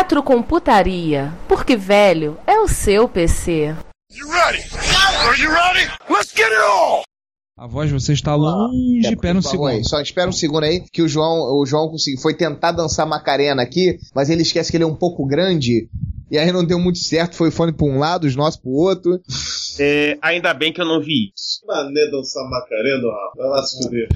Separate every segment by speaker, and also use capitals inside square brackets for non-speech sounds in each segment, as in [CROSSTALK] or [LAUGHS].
Speaker 1: Retrocomputaria, porque velho é o seu PC.
Speaker 2: You ready? Are you ready? Let's get it on!
Speaker 3: A voz de você está
Speaker 4: É,
Speaker 3: longe,
Speaker 4: porque-
Speaker 3: pé no
Speaker 4: vamos aí,
Speaker 3: segundo.
Speaker 4: Só espera um segundo aí que o João, o João conseguiu, foi tentar dançar Macarena aqui, mas ele esquece que ele é um pouco grande. E aí não deu muito certo, foi o fone pra um lado, os nossos pro outro.
Speaker 5: É, ainda bem que eu não vi isso.
Speaker 6: Mané dançar Macarena, rapaz. Vai lá se fuder.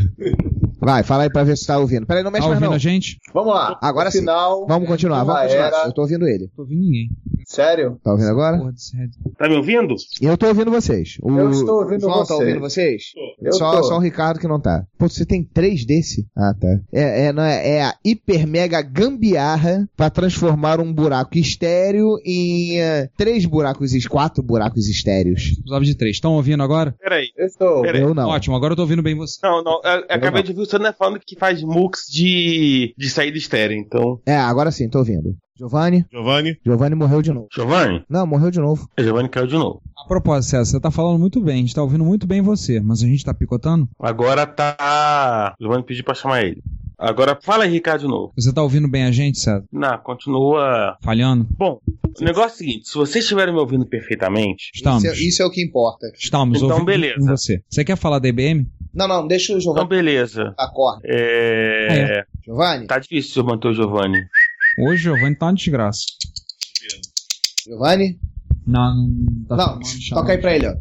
Speaker 4: Vai, fala aí pra ver se tá ouvindo. Peraí, não mexe
Speaker 3: Tá
Speaker 4: mais
Speaker 3: ouvindo
Speaker 4: não.
Speaker 3: a gente?
Speaker 6: Vamos lá.
Speaker 4: Agora
Speaker 6: No
Speaker 4: sim.
Speaker 6: Final.
Speaker 4: Vamos continuar,
Speaker 6: Uma
Speaker 4: vamos continuar.
Speaker 6: era-
Speaker 4: Eu tô ouvindo ele.
Speaker 3: Não tô ouvindo ninguém.
Speaker 6: Sério?
Speaker 4: Tá ouvindo agora?
Speaker 3: Porra desse head.
Speaker 5: Tá me ouvindo?
Speaker 4: E eu tô ouvindo vocês. O
Speaker 6: Eu estou ouvindo
Speaker 4: o João tá
Speaker 6: vocês.
Speaker 4: ouvindo vocês?
Speaker 6: Eu
Speaker 4: só,
Speaker 6: tô.
Speaker 4: só o Ricardo que não tá. Pô, você tem três desse? Ah, tá. É, é, não é, é a hiper mega gambiarra pra transformar um buraco estéreo em eh, três buracos, es- quatro buracos estéreos.
Speaker 3: Precisava de três. Estão ouvindo agora?
Speaker 5: Peraí.
Speaker 6: Eu estou.
Speaker 5: Peraí.
Speaker 4: Eu não.
Speaker 3: Ótimo, agora eu tô ouvindo bem você.
Speaker 5: Não, não. Eu, eu acabei
Speaker 4: não.
Speaker 5: de ver o Sandra falando que faz mux de, de saída estéreo, então.
Speaker 4: É, agora sim, tô ouvindo. Giovanni?
Speaker 2: Giovanni?
Speaker 4: Giovanni morreu de novo.
Speaker 5: Giovanni? É,
Speaker 4: Não, morreu de novo.
Speaker 5: Giovanni caiu de novo.
Speaker 3: A propósito, César, você tá falando muito bem. A gente tá ouvindo muito bem você, mas a gente tá picotando?
Speaker 5: Agora tá. Giovanni pediu pra chamar ele. Agora fala aí, Ricardo, de novo.
Speaker 3: Você tá ouvindo bem a gente, César?
Speaker 5: Não, continua.
Speaker 3: Falhando?
Speaker 5: Bom, o negócio é o seguinte: se vocês estiverem me ouvindo perfeitamente,
Speaker 3: Estamos.
Speaker 4: Isso, é- isso é o que importa.
Speaker 3: Estamos
Speaker 5: Então,
Speaker 3: ouvindo
Speaker 5: beleza.
Speaker 3: bem você. Você quer falar da IBM?
Speaker 4: Não, não, deixa o
Speaker 5: então
Speaker 4: Giovanni.
Speaker 5: beleza.
Speaker 4: Acorda.
Speaker 5: É.
Speaker 4: Giovanni?
Speaker 5: Tá difícil manter o Giovanni.
Speaker 3: Hoje o Giovanni tá uma desgraça.
Speaker 4: Giovanni?
Speaker 3: Não, não tá
Speaker 4: não,
Speaker 3: tomando
Speaker 4: toca aí pra ele, ó.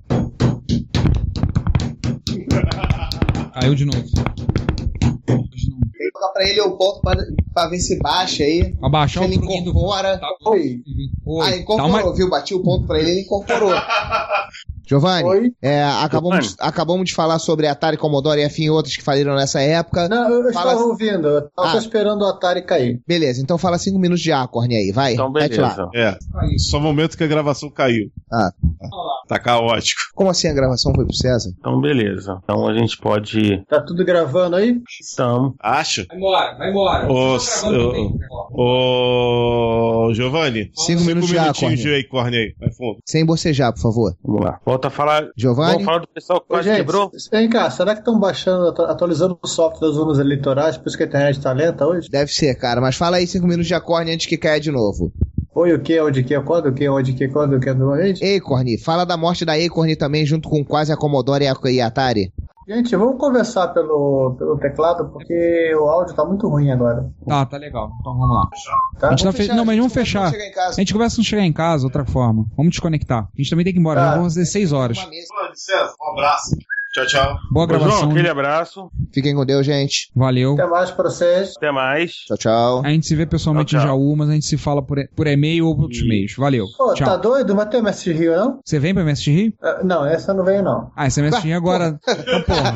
Speaker 3: Caiu de novo. Hoje não.
Speaker 4: Tem que tocar pra ele o ponto pra, pra ver se baixa aí.
Speaker 3: Abaixar
Speaker 4: Ele
Speaker 3: o plugin do...
Speaker 4: incorpora.
Speaker 3: Tá,
Speaker 6: Oi.
Speaker 3: Oi.
Speaker 4: Ah, ele incorporou,
Speaker 3: Dá uma-
Speaker 4: viu? Bati o ponto pra ele, ele incorporou. [LAUGHS] Giovanni,
Speaker 6: Oi?
Speaker 4: é, acabamos,
Speaker 5: Giovanni.
Speaker 4: acabamos de falar sobre Atari, Commodore e afim outros que faliram nessa época.
Speaker 6: Não, eu, eu
Speaker 4: Fala
Speaker 6: estava
Speaker 4: assim.
Speaker 6: ouvindo. Eu tava
Speaker 4: Ah.
Speaker 6: esperando o Atari cair.
Speaker 4: Beleza, então fala cinco minutos de Acorn aí, vai.
Speaker 5: Então,
Speaker 4: mete lá.
Speaker 5: beleza.
Speaker 2: É, só um momento que a gravação caiu.
Speaker 4: Ah.
Speaker 2: Tá caótico.
Speaker 4: Como assim a gravação foi pro César?
Speaker 5: Então, beleza. Então a gente pode.
Speaker 6: Tá tudo gravando aí?
Speaker 5: Estamos.
Speaker 2: Acho.
Speaker 3: Vai embora, vai embora.
Speaker 2: Ô,
Speaker 3: Tá gravando
Speaker 2: ô,
Speaker 3: também, ó.
Speaker 2: Ô, Giovanni.
Speaker 4: Cinco minutos de
Speaker 2: minutinhos
Speaker 4: Acorn.
Speaker 2: de Acorn aí. Vai fundo.
Speaker 4: Sem bocejar, por favor.
Speaker 5: Vamos lá. Volta a falar. Vamos
Speaker 4: Giovanni?
Speaker 5: falar do pessoal que
Speaker 6: Ô,
Speaker 5: quase
Speaker 6: gente,
Speaker 5: quebrou?
Speaker 6: vem cá, será que estão baixando, atu- atualizando o software das urnas eleitorais, por isso que a internet tá lenta hoje?
Speaker 4: Deve ser, cara, mas fala aí cinco minutos de Acorn antes que caia de novo.
Speaker 6: Oi, o que, onde que, quando, o que, onde que, quando, o que, novamente?
Speaker 4: Acorn, fala da morte da Acorn também, junto com quase a Commodore e a- e a Atari.
Speaker 6: Gente, vamos conversar pelo, pelo teclado, porque o áudio tá muito ruim agora.
Speaker 3: Tá, tá legal. Então vamos lá.
Speaker 6: Tá?
Speaker 3: A gente tá fe... Não, mas vamos fechar.
Speaker 4: Chegar em casa.
Speaker 3: A gente conversa quando chegar em casa, outra forma. Vamos desconectar. A gente também tem que ir embora.
Speaker 6: Tá.
Speaker 3: Já vão às 16 horas.
Speaker 4: Uma mesa.
Speaker 2: Licença, um abraço. Tchau, tchau. [LAUGHS]
Speaker 3: Boa
Speaker 5: Ô, João,
Speaker 3: gravação.
Speaker 5: aquele abraço.
Speaker 4: Fiquem com Deus, gente.
Speaker 3: Valeu.
Speaker 6: Até mais pra vocês.
Speaker 5: Até mais.
Speaker 4: Tchau, tchau.
Speaker 3: A gente se vê pessoalmente
Speaker 5: Tchau, tchau.
Speaker 3: em Jaú, mas a gente se fala por, e- por e-mail ou por outros
Speaker 5: E-
Speaker 3: meios. Valeu.
Speaker 6: Pô,
Speaker 3: Tchau.
Speaker 6: tá doido? Vai ter Mestre Rio, não?
Speaker 3: Você vem pra MSG Rio?
Speaker 6: Ah, Não, essa não veio, não.
Speaker 3: Ah, esse MSG agora. Então, porra.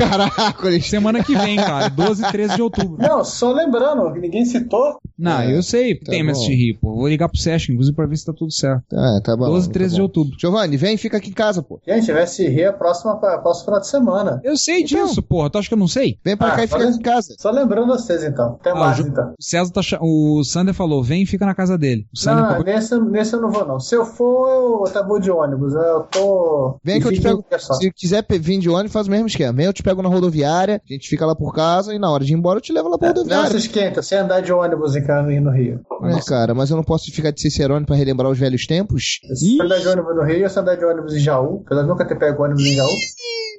Speaker 4: Caracoles.
Speaker 3: Semana que vem, cara. 12 e 13 de outubro.
Speaker 6: Não, só lembrando, que ninguém citou.
Speaker 3: Não,
Speaker 4: É,
Speaker 3: eu sei que
Speaker 4: tá
Speaker 3: tem
Speaker 4: bom.
Speaker 3: MSG Rio, pô. Vou ligar pro Sesc, inclusive, pra ver se tá tudo certo.
Speaker 4: Ah, tá bom.
Speaker 3: 12 e 13 de
Speaker 4: tá bom.
Speaker 3: outubro.
Speaker 4: Giovanni, vem e fica aqui em casa, pô.
Speaker 6: Gente, Mestre Rio é a próxima, a próxima final de semana.
Speaker 3: Eu sei disso, porra. Tu acha que eu não sei?
Speaker 4: Vem pra
Speaker 6: Ah,
Speaker 4: cá e fica
Speaker 6: olha-
Speaker 4: aqui em casa.
Speaker 6: Só lembrando vocês, então. Até
Speaker 3: Ah,
Speaker 6: mais,
Speaker 3: Ju-
Speaker 6: então.
Speaker 3: O César tá. cha- O Sander falou: vem e fica na casa dele. O Sander
Speaker 6: Não, Ah, nesse, nesse eu não vou, não. Se eu for, eu tabu de ônibus. Eu tô.
Speaker 4: Vem que eu te
Speaker 6: Fica em
Speaker 4: pego.
Speaker 6: casa.
Speaker 4: Se quiser pe- vir de ônibus, faz o mesmo esquema. Vem, eu te pego na rodoviária, a gente fica lá por casa e na hora de ir embora eu te levo lá pra
Speaker 6: Não se
Speaker 4: rodoviária.
Speaker 6: esquenta, sem andar de ônibus em Cano- no Rio.
Speaker 4: É, cara, mas eu não posso ficar de Cicerone pra relembrar os velhos tempos?
Speaker 6: Se eu andar de ônibus no Rio, se eu andar de ônibus em Jaú, apesar de nunca ter pego ônibus em Jaú.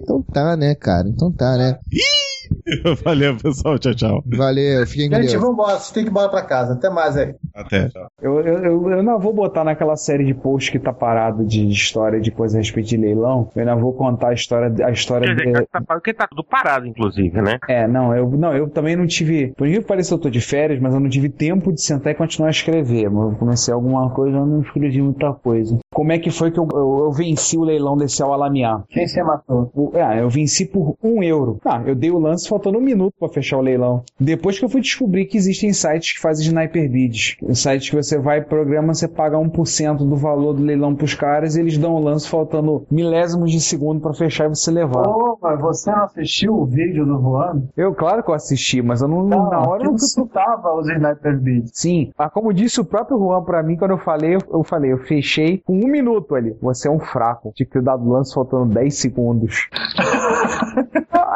Speaker 4: Então tá, né, cara? Então tá, né?
Speaker 7: Valeu, pessoal. Tchau, tchau.
Speaker 4: Valeu, fiquem com
Speaker 8: Gente,
Speaker 4: Deus.
Speaker 8: vambora, vocês têm que ir embora pra casa. Até mais aí.
Speaker 7: Até.
Speaker 3: Eu, eu, eu, eu não vou botar naquela série de posts que tá parado de história de coisa a respeito de leilão. Eu não vou contar a história, a
Speaker 5: Quer
Speaker 3: história
Speaker 5: dizer,
Speaker 3: de,
Speaker 5: tá- tá, porque tá tudo parado, inclusive, né?
Speaker 3: É, não, eu não, eu também não tive. Por incrível que pareça, eu tô de férias, mas eu não tive tempo de sentar e continuar a escrever. Mas Eu comecei alguma coisa, eu não escrevi muita coisa. Como é que foi que eu, eu- eu venci o leilão desse ao Alamiar?
Speaker 8: Quem se matou?
Speaker 3: O- Ah, eu venci por um euro. Ah, eu dei o lance faltando um minuto pra fechar o leilão. Depois que eu fui descobrir que existem sites que fazem sniper bids. Sites que você vai, programa, você paga 1% do valor do leilão pros caras e eles dão o lance faltando milésimos de segundo pra fechar e você levar.
Speaker 8: Ô, mas você não assistiu o vídeo do Juan?
Speaker 3: Eu, claro que eu assisti, mas eu não, na hora eu não fui
Speaker 8: citava os Sniper Beats.
Speaker 3: Sim, mas como disse o próprio Juan pra mim, quando eu falei, eu, eu falei, eu fechei com um minuto ali. Você é um fraco. Tinha que ter dado lance faltando 10 segundos.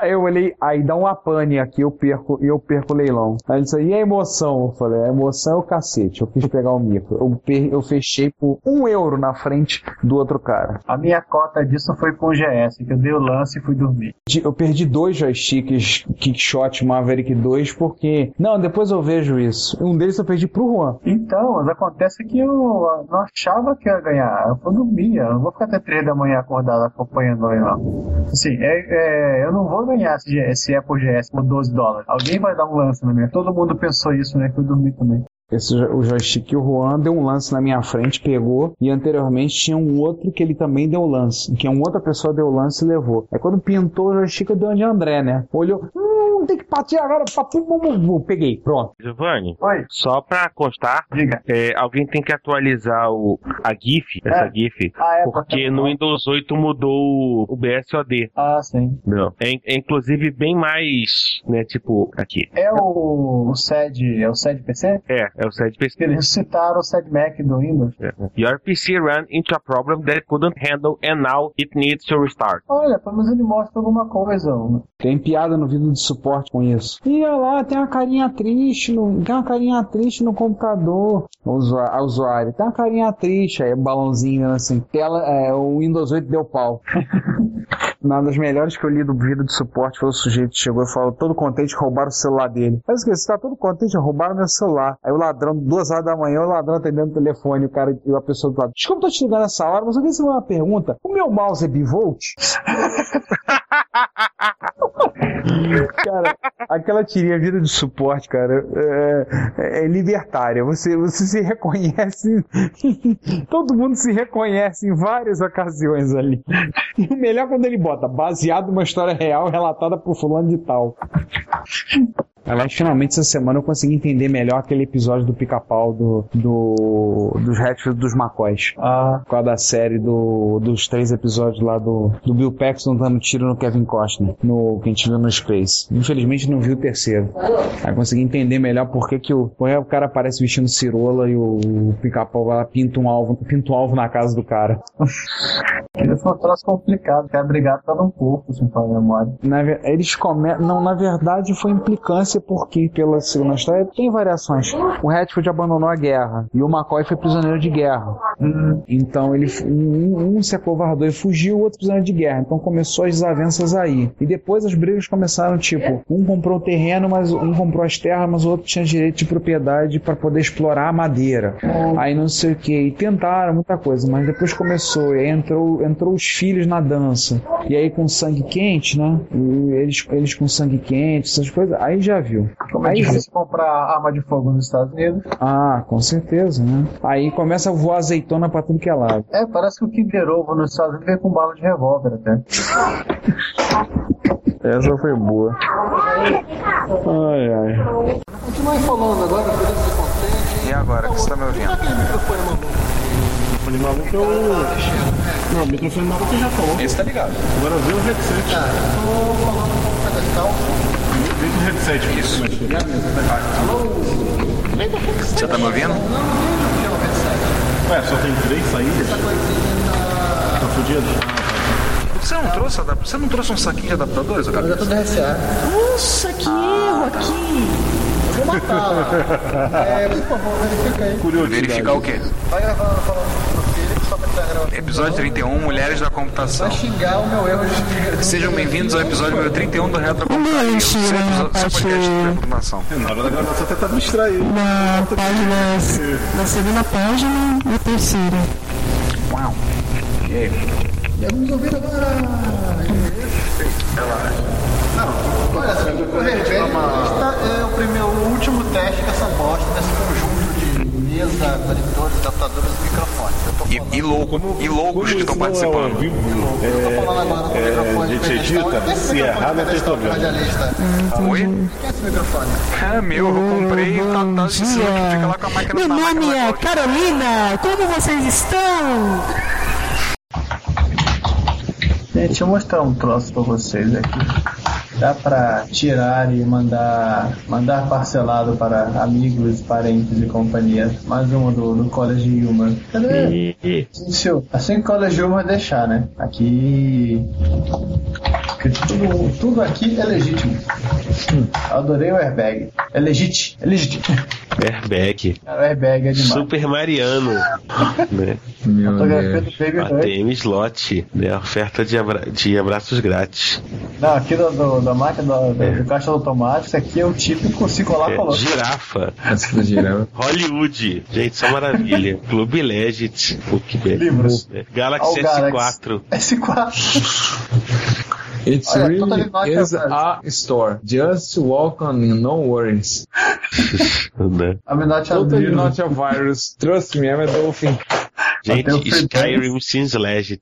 Speaker 3: aí eu olhei, aí dá uma pane aqui, eu perco, e eu perco o leilão. Aí ele disse, e a emoção? Eu falei, a emoção é o cacete, eu quis pegar o mico. Eu, per- eu fechei por um euro na frente do outro cara.
Speaker 8: A minha cota disso foi com o GS, que eu dei o lance e fui dormir.
Speaker 3: De- Eu perdi dois joysticks Kickshot Maverick 2 porque. Não, depois eu vejo isso. Um deles eu perdi pro Juan.
Speaker 8: Então, mas acontece que eu não achava que eu ia ganhar. Eu dormia, eu não vou ficar até três da manhã acordado acompanhando ele não. Assim, é, é, eu não vou ganhar se, é- se é por GS por 12 dólares. Alguém vai dar um lance na minha. Todo mundo pensou isso, né? Que eu dormi também.
Speaker 3: Esse, jo- o joystick, o Juan deu um lance na minha frente, pegou, e anteriormente tinha um outro que ele também deu lance, que uma outra pessoa deu lance e levou. Aí quando pintou o joystick, eu dei um de André, né? Olhou, hum, tem que partir agora, papum, bum, bum, bum. peguei, pronto.
Speaker 5: Giovanni,
Speaker 8: Oi,
Speaker 5: só pra constar,
Speaker 8: diga.
Speaker 5: é, alguém tem que atualizar o, a GIF, essa
Speaker 8: É.
Speaker 5: GIF,
Speaker 8: Ah, é,
Speaker 5: porque no Windows 8 mudou o BSOD.
Speaker 8: Ah, sim.
Speaker 5: Não. É, in- é, inclusive bem mais, né, tipo, aqui.
Speaker 8: É o, o SED, é o SED PC?
Speaker 5: É, é o site PC.
Speaker 8: Que eles ressuscitaram o SED Mac do Windows.
Speaker 5: né? Your PC ran into a problem that couldn't handle and now it needs to restart.
Speaker 8: Olha, pelo menos ele mostra alguma coisa. né?
Speaker 3: Tem piada no vídeo de suporte com isso. E olha lá, tem uma carinha triste, no, tem uma carinha triste no computador. O usua- a usuário, tem uma carinha triste, aí balãozinho assim. Tela, é, o Windows 8 deu pau. [LAUGHS] Uma das melhores que eu li do vídeo de suporte foi o sujeito que chegou e falou todo contente roubaram o celular dele. Mas o que? Você tá todo contente, roubaram meu celular. Aí o ladrão, duas horas da manhã, o ladrão atendendo o telefone, o cara e a pessoa do lado. Desculpa, tô te ligando essa hora, mas eu queria fazer uma pergunta. O meu mouse é bivolt? Cara, aquela tirinha vida de suporte, cara, é, é libertária. Você, você se reconhece. [LAUGHS] Todo mundo se reconhece em várias ocasiões ali. E o melhor é quando ele bota, baseado numa história real relatada por fulano de tal. Aliás, finalmente essa semana eu consegui entender melhor aquele episódio do pica-pau do, do, dos Hatfield dos Macóis.
Speaker 8: Ah,
Speaker 3: Por causa da série do, dos três episódios lá do, do Bill Paxton dando tiro no Kevin Costner, no, que a gente viu no Space. Infelizmente não vi o terceiro. Aí consegui entender melhor por que, que o, por que o cara aparece vestindo cirola e o, o pica-pau vai lá pinta um alvo, pinta um alvo na casa do cara.
Speaker 8: ele foi um troço complicado, que é obrigado a dar um pouco, se não falar a memória.
Speaker 3: Na, ver- eles come... Não, na verdade foi implicância porque, pela segunda história, tem variações. O Hatfield abandonou a guerra e o McCoy foi prisioneiro de guerra. Então ele f- um, um se acovardou e fugiu, o outro prisioneiro de guerra. Então começou as desavenças aí. E depois as brigas começaram, tipo, um comprou o terreno, mas um comprou as terras, mas o outro tinha direito de propriedade para poder explorar a madeira.
Speaker 8: É.
Speaker 3: Aí não sei o que. E tentaram muita coisa, mas depois começou, e aí entrou, entrou os filhos na dança. E aí com sangue quente, né? E eles, eles com sangue quente, essas coisas, aí já viu.
Speaker 8: Como é
Speaker 3: Aí-
Speaker 8: difícil comprar arma de fogo nos Estados Unidos.
Speaker 3: Ah, com certeza, né? Aí começa a voar azeitona pra tudo que é lado.
Speaker 8: É, parece que o Kinder Ovo nos Estados Unidos veio com bala de revólver até.
Speaker 3: Essa foi boa. Ai, ai.
Speaker 7: E agora, que você tá me ouvindo?
Speaker 6: Microfone maluco eu. Não, microfone maluco eu já tô. Esse tá ligado. Agora vê o headset. Ah, tô Vê o headset. Isso.
Speaker 7: Você tá me ouvindo?
Speaker 6: Ué, só tem três saídas? Tá fudido?
Speaker 7: Você não trouxe, adap- você não trouxe um saquinho de adaptadores, cara?
Speaker 8: Tudo RCA.
Speaker 7: Verificar o quê?
Speaker 3: É,
Speaker 8: Tá gravando falando com ele, só pra
Speaker 9: Episódio 31, Mulheres da Computação.
Speaker 2: Vai xingar o meu erro de
Speaker 9: Sejam bem-vindos ao episódio número 31 do Reto da
Speaker 10: é
Speaker 9: Computação. Seu
Speaker 10: né,
Speaker 9: episódio- seu podcast de informação.
Speaker 2: Na hora da gravação tentar me distrair.
Speaker 10: Na página, na segunda página, na terceira.
Speaker 9: Uau. Ok.
Speaker 2: Vamos ouvir agora. Não, olha só, de repente, este é o primeiro, o último teste dessa bosta, desse conjunto de mesa, monitores, adaptadores e microfones. Eu tô
Speaker 9: E, e louco, e loucos que estão participando.
Speaker 2: falando agora com o microfone.
Speaker 5: gente
Speaker 2: pedestal.
Speaker 5: edita,
Speaker 2: Quem é esse
Speaker 5: se
Speaker 2: microfone
Speaker 5: errar, não tem
Speaker 2: pedestal,
Speaker 5: problema.
Speaker 2: radialista?
Speaker 9: Oi?
Speaker 2: Quem é esse microfone?
Speaker 9: Ah, meu, eu comprei o Tatá de Silva que fica lá com a máquina
Speaker 10: Meu nome é Carolina, como vocês estão?
Speaker 6: Gente, deixa eu mostrar um troço pra vocês aqui. Dá pra tirar e mandar mandar parcelado para amigos, parentes e companhia. Mais uma do, do College Human. Cadê? Isso, assim que o College Human deixar, né? Aqui. Porque tudo, tudo aqui é legítimo. Hum, Adorei o airbag. É legítimo. É legítimo.
Speaker 5: Airbag.
Speaker 6: [LAUGHS] Cara, o airbag é demais.
Speaker 5: Super
Speaker 6: [LAUGHS]
Speaker 5: Mariano. né?
Speaker 3: Meu
Speaker 6: Fotografia do Baby Doll.
Speaker 5: ATM Slot, né? Oferta de, abra- de abraços grátis.
Speaker 6: Não, aqui do, do- da máquina do, do, do caixa automático, isso aqui é o típico se colar
Speaker 5: É,
Speaker 6: colou.
Speaker 5: girafa.
Speaker 3: Essa girava.
Speaker 5: Hollywood. Gente, isso é uma
Speaker 6: [LAUGHS]
Speaker 5: maravilha. Clube Legit. Pô, que belo.
Speaker 6: Livros.
Speaker 5: Né? Galaxy
Speaker 6: Ó, o Galaxy.
Speaker 5: S4.
Speaker 6: [LAUGHS] S4.
Speaker 3: It's
Speaker 6: Olha, really todas nós is
Speaker 3: a store. Just walk on no worries.
Speaker 5: Né?
Speaker 6: A Minote
Speaker 3: Tá
Speaker 6: abriu.
Speaker 3: a virus. Trust me, I'm a dolphin.
Speaker 6: Até o
Speaker 5: Gente,
Speaker 6: Fernandes.
Speaker 5: Skyrim Sims Legit.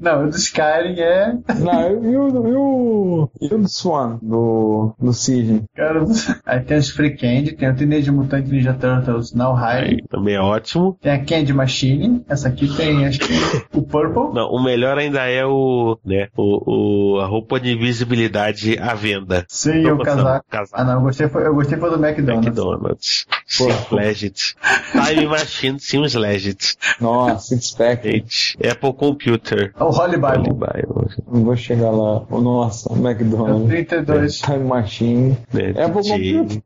Speaker 6: Não, o do Skyrim é.
Speaker 3: Não, e o. E o Swan, do. do Sidney.
Speaker 6: Cara, aí tem os Free Candy, tem o Teenage Mutant Ninja Turtles Now High,
Speaker 5: Aí, Também é ótimo.
Speaker 6: tem a Candy Machine, essa aqui tem acho que o Purple.
Speaker 5: Não, o melhor ainda é o, né, o, o- a roupa de invisibilidade à venda.
Speaker 6: Sim, e o
Speaker 5: Promoção,
Speaker 6: casaco. Ah
Speaker 5: Casaco.
Speaker 6: não, eu gostei, foi- eu gostei foi do McDonald's.
Speaker 5: McDonald's. Sims Legit. Time Machine Sims Legit.
Speaker 3: Nossa, expect.
Speaker 5: Gente, Apple Computer.
Speaker 6: É O Holy
Speaker 5: Holy
Speaker 6: Bible.
Speaker 5: Bible.
Speaker 3: Não vou chegar lá. Oh, Nossa,
Speaker 6: É o
Speaker 3: McDonald's.
Speaker 6: 32.
Speaker 3: Time Machine.
Speaker 5: Né,
Speaker 3: Apple
Speaker 5: DJ.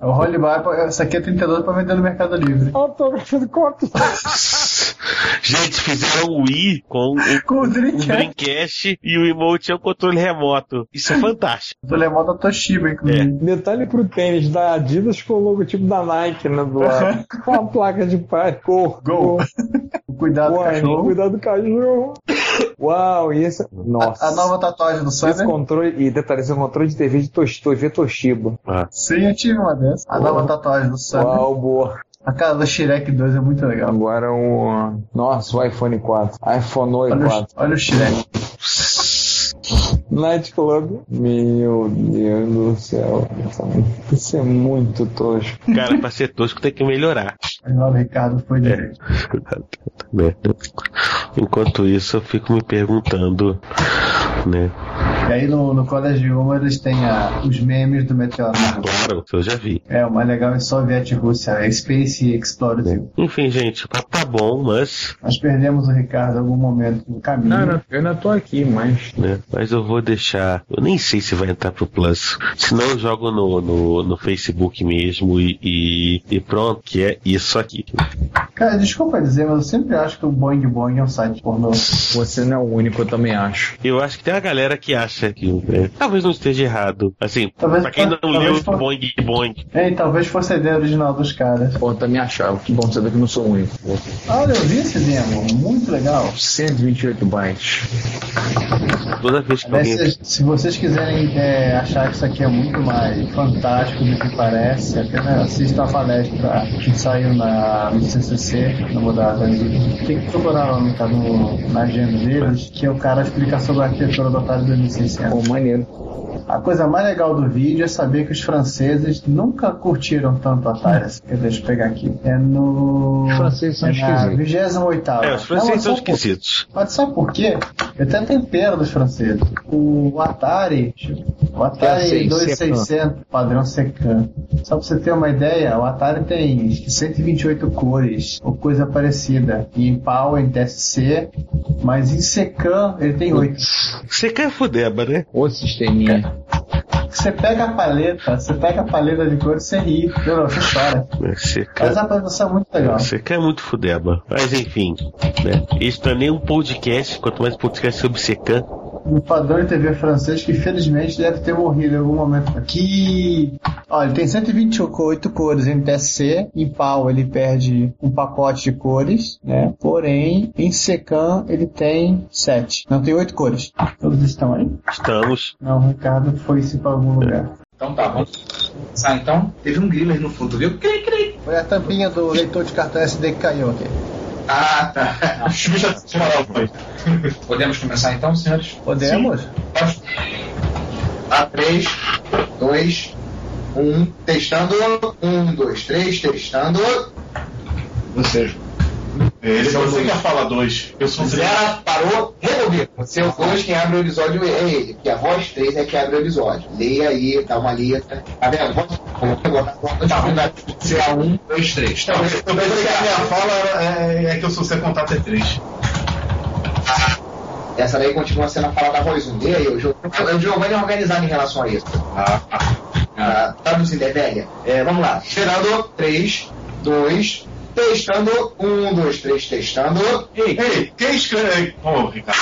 Speaker 6: É O Holy Bible, essa aqui é 32 pra vender no Mercado Livre.
Speaker 3: Autógrafo do copo.
Speaker 5: Gente, fizeram o Wii com o
Speaker 6: Com o
Speaker 5: um
Speaker 6: Dreamcast,
Speaker 5: Dreamcast e o emote é um controle remoto. Isso é fantástico.
Speaker 6: do Lemon da Toshiba, inclusive.
Speaker 3: Detalhe pro tênis da Adidas com o logotipo da Nike, né? Do lado. Com a placa de paz. Cor.
Speaker 6: Gol. O Cuidado
Speaker 3: Uai,
Speaker 6: Cachorro.
Speaker 3: cuidado do cachorro. Uau, e esse. Nossa.
Speaker 6: A nova né? tatuagem do
Speaker 3: esse
Speaker 6: Sander.
Speaker 3: controle. E detalhe, esse é um controle de TV de Tosh- TV Toshiba.
Speaker 6: Sim, eu tive uma dessa. A nova tatuagem do Sander.
Speaker 3: Uau, boa.
Speaker 6: A cara do Shrek 2 é muito legal.
Speaker 3: Agora o. Nossa, o iPhone 4. iPhone 8
Speaker 6: Olha
Speaker 3: 4.
Speaker 6: o, olha o Shrek.
Speaker 3: Nightclub. Meu Deus do céu. Isso é muito tosco.
Speaker 5: Cara, pra ser tosco tem que melhorar.
Speaker 6: Mas lá o Ricardo foi direito.
Speaker 5: Merda. Enquanto isso, eu fico me perguntando, né?
Speaker 6: E aí no, no College Uma eles têm a- os memes do meteorito.
Speaker 5: Claro, eu já vi.
Speaker 6: É, o mais legal é Soviet Rússia, é Space Explorer.
Speaker 5: Enfim, gente, o papo tá bom, mas,
Speaker 6: Nós perdemos o Ricardo em algum momento no caminho.
Speaker 3: eu ainda tô aqui, mas.
Speaker 5: né? Mas eu vou deixar. Eu nem sei se vai entrar pro Plus. Se não, eu jogo no, no, no Facebook mesmo e, e, e pronto, que é isso aqui.
Speaker 6: Cara, desculpa dizer, mas eu sempre acho que o Boing Boing é um site pornô.
Speaker 3: Você não é o único, eu também acho.
Speaker 5: Eu acho que tem uma galera que acha que. né, talvez não esteja errado. Assim,
Speaker 6: Talvez-
Speaker 5: pra quem não
Speaker 6: talvez
Speaker 5: leu
Speaker 6: for-
Speaker 5: Boing Boing,
Speaker 6: Ei, talvez fosse a ideia original dos caras.
Speaker 3: Pô, eu também achava. Que bom saber que eu não sou o único.
Speaker 6: Olha, eu vi esse demo, muito legal.
Speaker 3: 128 bytes.
Speaker 5: toda vez que
Speaker 6: Aliás,
Speaker 5: alguém.
Speaker 6: se, se vocês quiserem é, achar que isso aqui é muito mais fantástico do que parece, é apenas assista a palestra que saiu na, no CCC, no Modalidade Brasil. Tem que procurar lá no, tá no, na agenda deles, que é o cara explica sobre a arquitetura do Atari 2600.
Speaker 3: Pô, É um maneiro.
Speaker 6: A coisa mais legal do vídeo é saber que os franceses nunca curtiram tanto o Atari. assim. Deixa eu pegar aqui. É no...
Speaker 3: Hum. Os franceses são
Speaker 6: é na
Speaker 3: esquisitos.
Speaker 6: 28
Speaker 5: É, os franceses
Speaker 6: um
Speaker 5: são esquisitos.
Speaker 6: mas sabe por quê? Eu até tempero dos franceses. O Atari, o Atari
Speaker 3: Eu sei,
Speaker 6: 2600, padrão Secan. Só pra você ter uma ideia, o Atari tem acho que 128 cores, ou coisa parecida. E em PAL, em TSC, mas em Secan ele tem 8.
Speaker 5: Você quer é fudeba, né?
Speaker 3: Ô sisteminha.
Speaker 8: Você pega a paleta, você pega a paleta de cores, você ri. Não, não, você chora.
Speaker 5: Você
Speaker 8: Mas a
Speaker 5: quer,
Speaker 8: apresentação é muito
Speaker 6: ah,
Speaker 8: legal.
Speaker 5: você quer muito fudeba. Mas enfim, né? Isso não é nem um podcast, quanto mais podcast sobre secã.
Speaker 8: Um padrão de TV francês que infelizmente deve ter morrido em algum momento aqui. Olha, tem 128 cores em TSC. Em pau ele perde um pacote de cores, né? Porém, em Secan ele tem 7. Não, tem 8 cores. Todos estão aí?
Speaker 5: Estamos.
Speaker 8: Não, o Ricardo foi-se pra algum lugar.
Speaker 9: Então tá, vamos começar então. Teve um grilo aí no fundo, viu? Cri, cri.
Speaker 6: Foi a tampinha do leitor de cartão SD que caiu aqui.
Speaker 9: Ah, tá. [LAUGHS] Justa moral foi. Podemos começar então, senhores?
Speaker 6: Podemos.
Speaker 9: A 3, 2, 1, testando. 1, 2, 3, testando. Você.
Speaker 11: Ele é você que fala dois. Eu sou
Speaker 9: Zera, parou, removeu. Você é o 2, quem abre o episódio é ele. Porque a voz 3 é que abre o episódio. Leia aí, dá uma letra. Tá vendo? Voz- Agora, tá bom, vai. Você é 1, 2, 3. Tá,
Speaker 11: Eu pensei que a minha fala é, é que eu sou seu contato é três.
Speaker 9: Ah. Essa daí continua sendo a fala da voz 1. E aí, o Gio- o Giovanni é organizado em relação a isso. Ah, ah. Tá nos Indevelha? É, vamos lá. Esperando 3, 2, testando. 1, 2, 3, testando. Ei, ei quem escreve?
Speaker 11: Ô, Ricardo.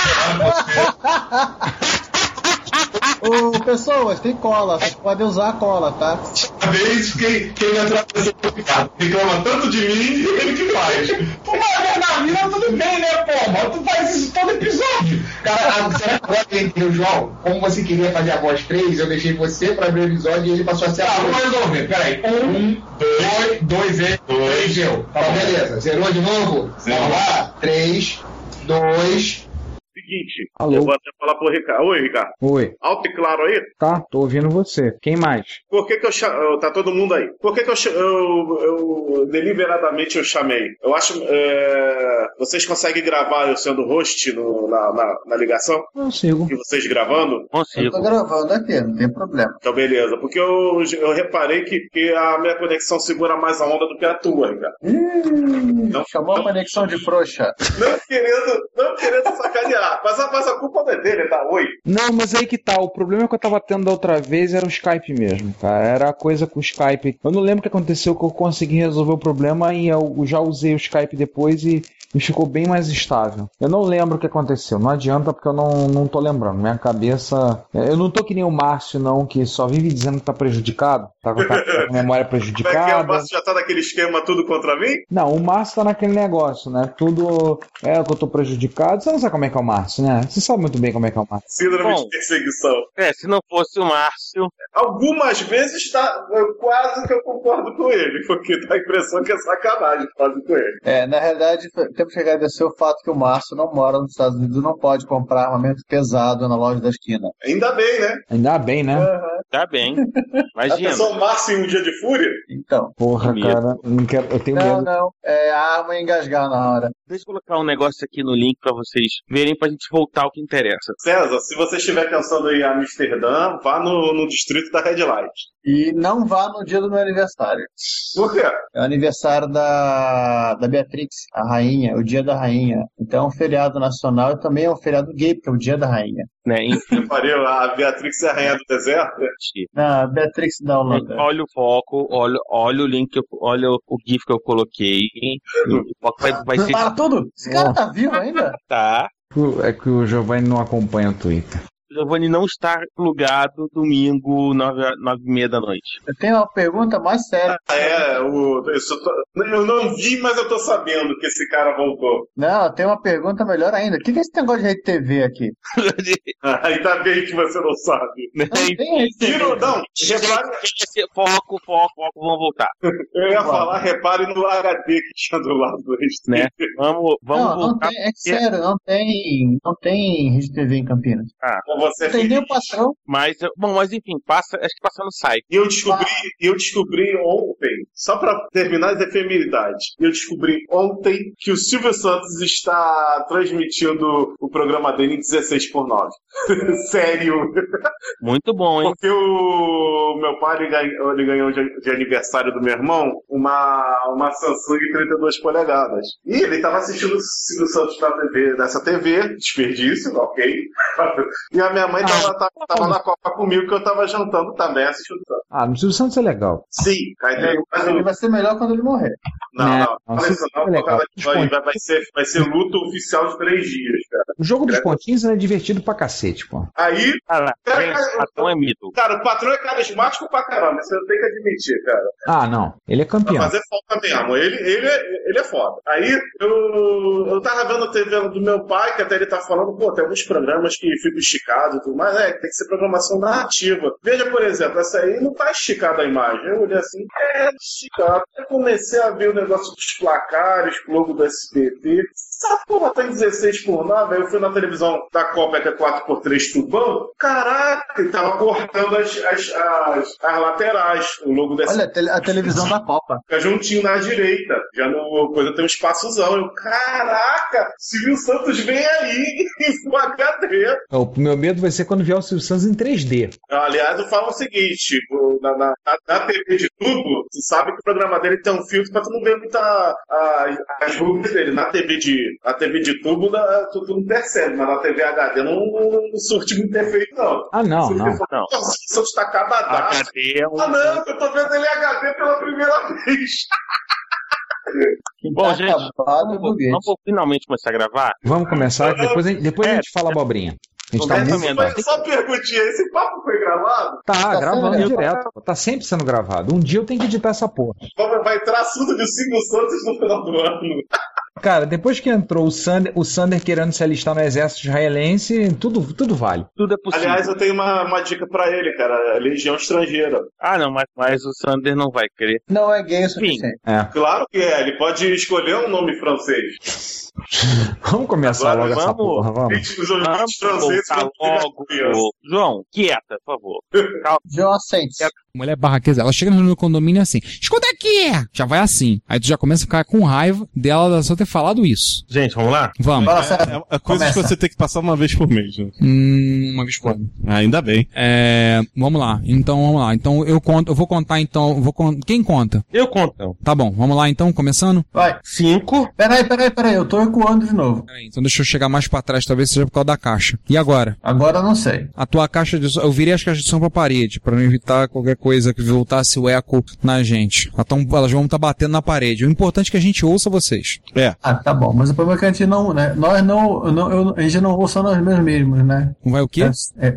Speaker 6: Ô, pessoas, tem cola. Vocês podem usar a cola, tá?
Speaker 11: Uma vez quem, quem me atravessou foi o Ricardo. Reclama tanto de mim, ele que faz.
Speaker 9: Pô, mas na vida tudo bem, né, pô? Mas tu faz isso todo episódio. Cara, a- será que agora eu entendeu, João? Como você queria fazer a voz 3, eu deixei você pra abrir o episódio e ele passou a ser a
Speaker 11: Tá,
Speaker 9: voz.
Speaker 11: vamos resolver, peraí.
Speaker 9: Um, dois, dois, e-
Speaker 11: Dois.
Speaker 9: três, eu. Tá, bom, beleza. Zerou de novo? Vamos lá. Três, dois...
Speaker 2: Seguinte,
Speaker 3: Alô?
Speaker 2: eu vou até falar pro Ricardo. Oi, Ricardo.
Speaker 3: É. Oi.
Speaker 2: Alto e claro aí?
Speaker 3: Tá, tô ouvindo você. Quem mais?
Speaker 2: Por que que eu cha- oh, Tá todo mundo aí. Por que que eu, cha- eu, eu deliberadamente eu chamei? Eu acho... é, Vocês conseguem gravar eu sendo host no- na, na, na ligação?
Speaker 3: Consigo.
Speaker 2: E vocês gravando?
Speaker 6: Eu tô gravando aqui, não tem problema.
Speaker 2: Então, beleza. Porque eu, eu reparei que, que a minha conexão segura mais a onda do que a tua, Ricardo.
Speaker 6: chamou a conexão de frouxa.
Speaker 2: Não querendo, não querendo sacanear. Mas a, mas a culpa não é dele, tá? Oi.
Speaker 3: Não, mas aí que tá. O problema que eu tava tendo da outra vez era o Skype mesmo, cara. Era a coisa com o Skype. Eu não lembro o que aconteceu que eu consegui resolver o problema e eu já usei o Skype depois e, e ficou bem mais estável. Eu não lembro o que aconteceu. Não adianta porque eu não, não tô lembrando. Minha cabeça. é, Eu não tô que nem o Márcio, não, que só vive dizendo que tá prejudicado. Tá com a, tá com a memória
Speaker 2: [LAUGHS] Como é que é? O
Speaker 3: prejudicada.
Speaker 2: Márcio já tá naquele esquema tudo contra mim?
Speaker 3: Não, o Márcio tá naquele negócio, né? Tudo é que eu tô prejudicado. Você não sabe como é que é o Márcio, né? Você sabe muito bem como é que é o Márcio.
Speaker 2: Síndrome
Speaker 3: Bom,
Speaker 2: de perseguição.
Speaker 5: É, se não fosse o Márcio.
Speaker 2: Algumas vezes tá, eu quase que eu concordo com ele, porque dá a impressão que é sacanagem quase com ele.
Speaker 6: É, na realidade, f- temos que agradecer o fato que o Márcio não mora nos Estados Unidos, não pode comprar armamento pesado na loja da esquina.
Speaker 2: Ainda bem, né?
Speaker 3: Ainda bem, né?
Speaker 5: Tá bem.
Speaker 2: A pessoa Márcio em um dia de fúria?
Speaker 6: Então.
Speaker 3: Porra, cara, não quero, eu tenho
Speaker 6: Não,
Speaker 3: medo.
Speaker 6: não. É a arma e engasgar na hora.
Speaker 5: Deixa eu colocar um negócio aqui no link pra vocês verem pra gente voltar ao que interessa.
Speaker 2: César, se você estiver pensando em Amsterdã, vá no, no distrito da Red Light.
Speaker 6: E não vá no dia do meu aniversário.
Speaker 2: Por quê?
Speaker 6: É o aniversário da, da Beatrix, a rainha, o dia da rainha. Então é um feriado nacional e também é um feriado gay, porque é o dia da rainha.
Speaker 5: Né? Enfim.
Speaker 2: Pariu, a Beatrix é a rainha do deserto?
Speaker 6: [LAUGHS] Na Beatrix um da Holanda.
Speaker 5: Olha o foco, olha, olha o link, que eu- olha o GIF que eu coloquei. O foco vai, vai ser.
Speaker 6: Para tudo! Esse cara tá vivo ainda?
Speaker 5: Tá.
Speaker 3: É que o Giovanni não acompanha o Twitter.
Speaker 5: O Giovanni não está plugado domingo, nove nove e meia da
Speaker 6: [LAUGHS]
Speaker 5: noite.
Speaker 6: Eu tenho uma pergunta mais séria.
Speaker 2: É, o, isso tô- eu não vi, mas eu tô sabendo que esse cara voltou.
Speaker 6: Não, eu tenho uma pergunta melhor ainda. O que que é esse negócio de rede TV aqui?
Speaker 2: Ah, Ainda bem que você não sabe. Tiro, não, repare,
Speaker 5: Foco, foco, foco, vamos voltar.
Speaker 2: eu ia falar, repare no HD que tinha do lado do HD.
Speaker 5: Né? Vamos, vamos
Speaker 6: não, não
Speaker 5: voltar.
Speaker 6: tem, é que sério, não tem, não tem rede TV em Campinas.
Speaker 5: Ah,
Speaker 2: Então você
Speaker 6: Tem nem o patrão.
Speaker 5: Mas, bom, mas enfim, passa, acho que passa no site.
Speaker 2: E eu descobri, eu descobri ontem, só pra terminar as efemeridades, eu descobri ontem que o Silvio Santos está transmitindo o programa dele em 16 por 9. [LAUGHS] Sério.
Speaker 5: Muito bom, hein?
Speaker 2: Porque o meu pai ele ganhou, ele ganhou de, de aniversário do meu irmão uma, uma Samsung 32 polegadas. E ele estava assistindo o Silvio Santos na TV, nessa TV, desperdício, ok. [LAUGHS] E a a minha mãe tava, tava- tava na Copa comigo que eu tava jantando também, assistindo.
Speaker 3: Ah, no Silvio Santos é legal.
Speaker 2: Sim, aí tem mais um.
Speaker 8: É. Ele vai ser melhor quando ele morrer.
Speaker 2: Não,
Speaker 3: Né?
Speaker 2: não, não fala isso não, por causa disso aí vai, vai ser, vai ser luta oficial de três dias, cara.
Speaker 3: O jogo dos pontinhos é divertido pra cacete, pô.
Speaker 2: Aí.
Speaker 5: Cara,
Speaker 2: cara,
Speaker 5: patrão é mito.
Speaker 2: Cara, o patrão é carismático pra caramba, isso eu tenho que admitir, cara.
Speaker 3: Ah, não. Ele é campeão.
Speaker 2: Mas é foda mesmo. Ele, ele, é- ele é foda. Aí eu, eu tava vendo a TV do meu pai, que até ele tá falando, pô, tem alguns programas que ficam esticados e tudo mais, é, tem que ser programação narrativa. Veja, por exemplo, essa aí não tá esticada a imagem. Eu olhei assim, é esticada. Eu comecei a ver o negócio dos placares, logo do SBT. Essa porra tá em 16 por 9, aí eu fui na televisão da Copa, que é 4x3 Tubão. Caraca, ele tava cortando as, as, as, as laterais, o logo do
Speaker 6: Olha, a tele- a televisão da Copa.
Speaker 2: Fica juntinho na direita. Já no coisa tem um espaçozão. Eu, caraca, Silvio Santos vem aí [LAUGHS] em Full HD.
Speaker 3: O meu medo vai ser quando vier o Silvio Santos em 3D.
Speaker 2: Aliás, eu falo o seguinte: o- na, na, na- na TV de tubo, tu sabe que o programa dele tem um filtro pra tu não ver muita a- as rugas dele. Na TV de, na TV de tubo, na- tu, tu não percebe, mas na TV HD não, não, não surte muito efeito, não.
Speaker 3: Ah, não,
Speaker 2: Se
Speaker 3: não.
Speaker 2: você for- Nossa, O Silvio Santos tá acabadaço.
Speaker 5: HD é um-
Speaker 2: Ah, não, eu tô vendo ele HD pela primeira vez.
Speaker 5: um-
Speaker 6: Tá
Speaker 2: Tá
Speaker 5: Bom, gente, vamos, vamos finalmente começar a gravar?
Speaker 3: Vamos começar, que depois a gente, depois a gente fala abobrinha. A gente tá
Speaker 2: Essa
Speaker 3: muito...
Speaker 2: foi- só perguntinha, esse papo foi gravado?
Speaker 3: Tá, gravando
Speaker 2: sendo
Speaker 3: direto. pô. Tá sempre sendo gravado. Um dia eu tenho que editar essa porra.
Speaker 2: Vai vai entrar assunto de Silvio Santos no final do ano.
Speaker 3: Cara, depois que entrou o Sander, o Sander querendo se alistar no exército israelense, tudo, tudo vale.
Speaker 5: Tudo é
Speaker 2: Aliás, eu tenho uma, uma dica pra ele, cara. É Legião Estrangeira.
Speaker 5: Ah, não, mas, mas o Sander não vai querer.
Speaker 2: Não é gay o
Speaker 5: suficiente.
Speaker 2: Claro que é, ele pode escolher um nome francês.
Speaker 3: Vamos começar
Speaker 5: Agora
Speaker 3: logo essa
Speaker 5: vamos-
Speaker 3: porra, vamos.
Speaker 2: Os ouvintes franceses
Speaker 5: voltar
Speaker 2: vão ficar
Speaker 5: logo.
Speaker 2: curiosos.
Speaker 5: João, quieta, por favor.
Speaker 6: João
Speaker 5: É
Speaker 6: Ascens.
Speaker 12: Mulher barraqueza, ela chega no meu condomínio assim, escuta aqui! Já vai assim. Aí tu já começa a ficar com raiva dela só ter falado isso.
Speaker 5: Gente, vamos lá?
Speaker 12: Vamos.
Speaker 13: É, é, é coisas que você tem que passar uma vez por mês. né?
Speaker 12: Hum, uma vez por ano.
Speaker 13: Ainda bem.
Speaker 12: É, vamos lá. Então, vamos lá. Então, eu conto, eu vou contar então, vou con- quem conta?
Speaker 5: Eu conto. Então.
Speaker 12: Tá bom, vamos lá então, começando?
Speaker 6: Vai.
Speaker 5: Cinco.
Speaker 6: Peraí, peraí, peraí, eu tô ecoando de novo.
Speaker 12: Peraí, então deixa eu chegar mais pra trás, talvez seja por causa da caixa. E agora?
Speaker 6: Agora eu não sei.
Speaker 12: A tua caixa de som, eu virei as caixas de som pra parede, pra não evitar qualquer coisa que voltasse o eco na gente. Elas, tão- elas vão estar batendo na parede. O importante é que a gente ouça vocês.
Speaker 13: É.
Speaker 6: Ah, tá bom, mas o problema é que a gente não, né? Nós não, eu não eu- a gente não ouça nós mesmos, né?
Speaker 12: Não vai o quê?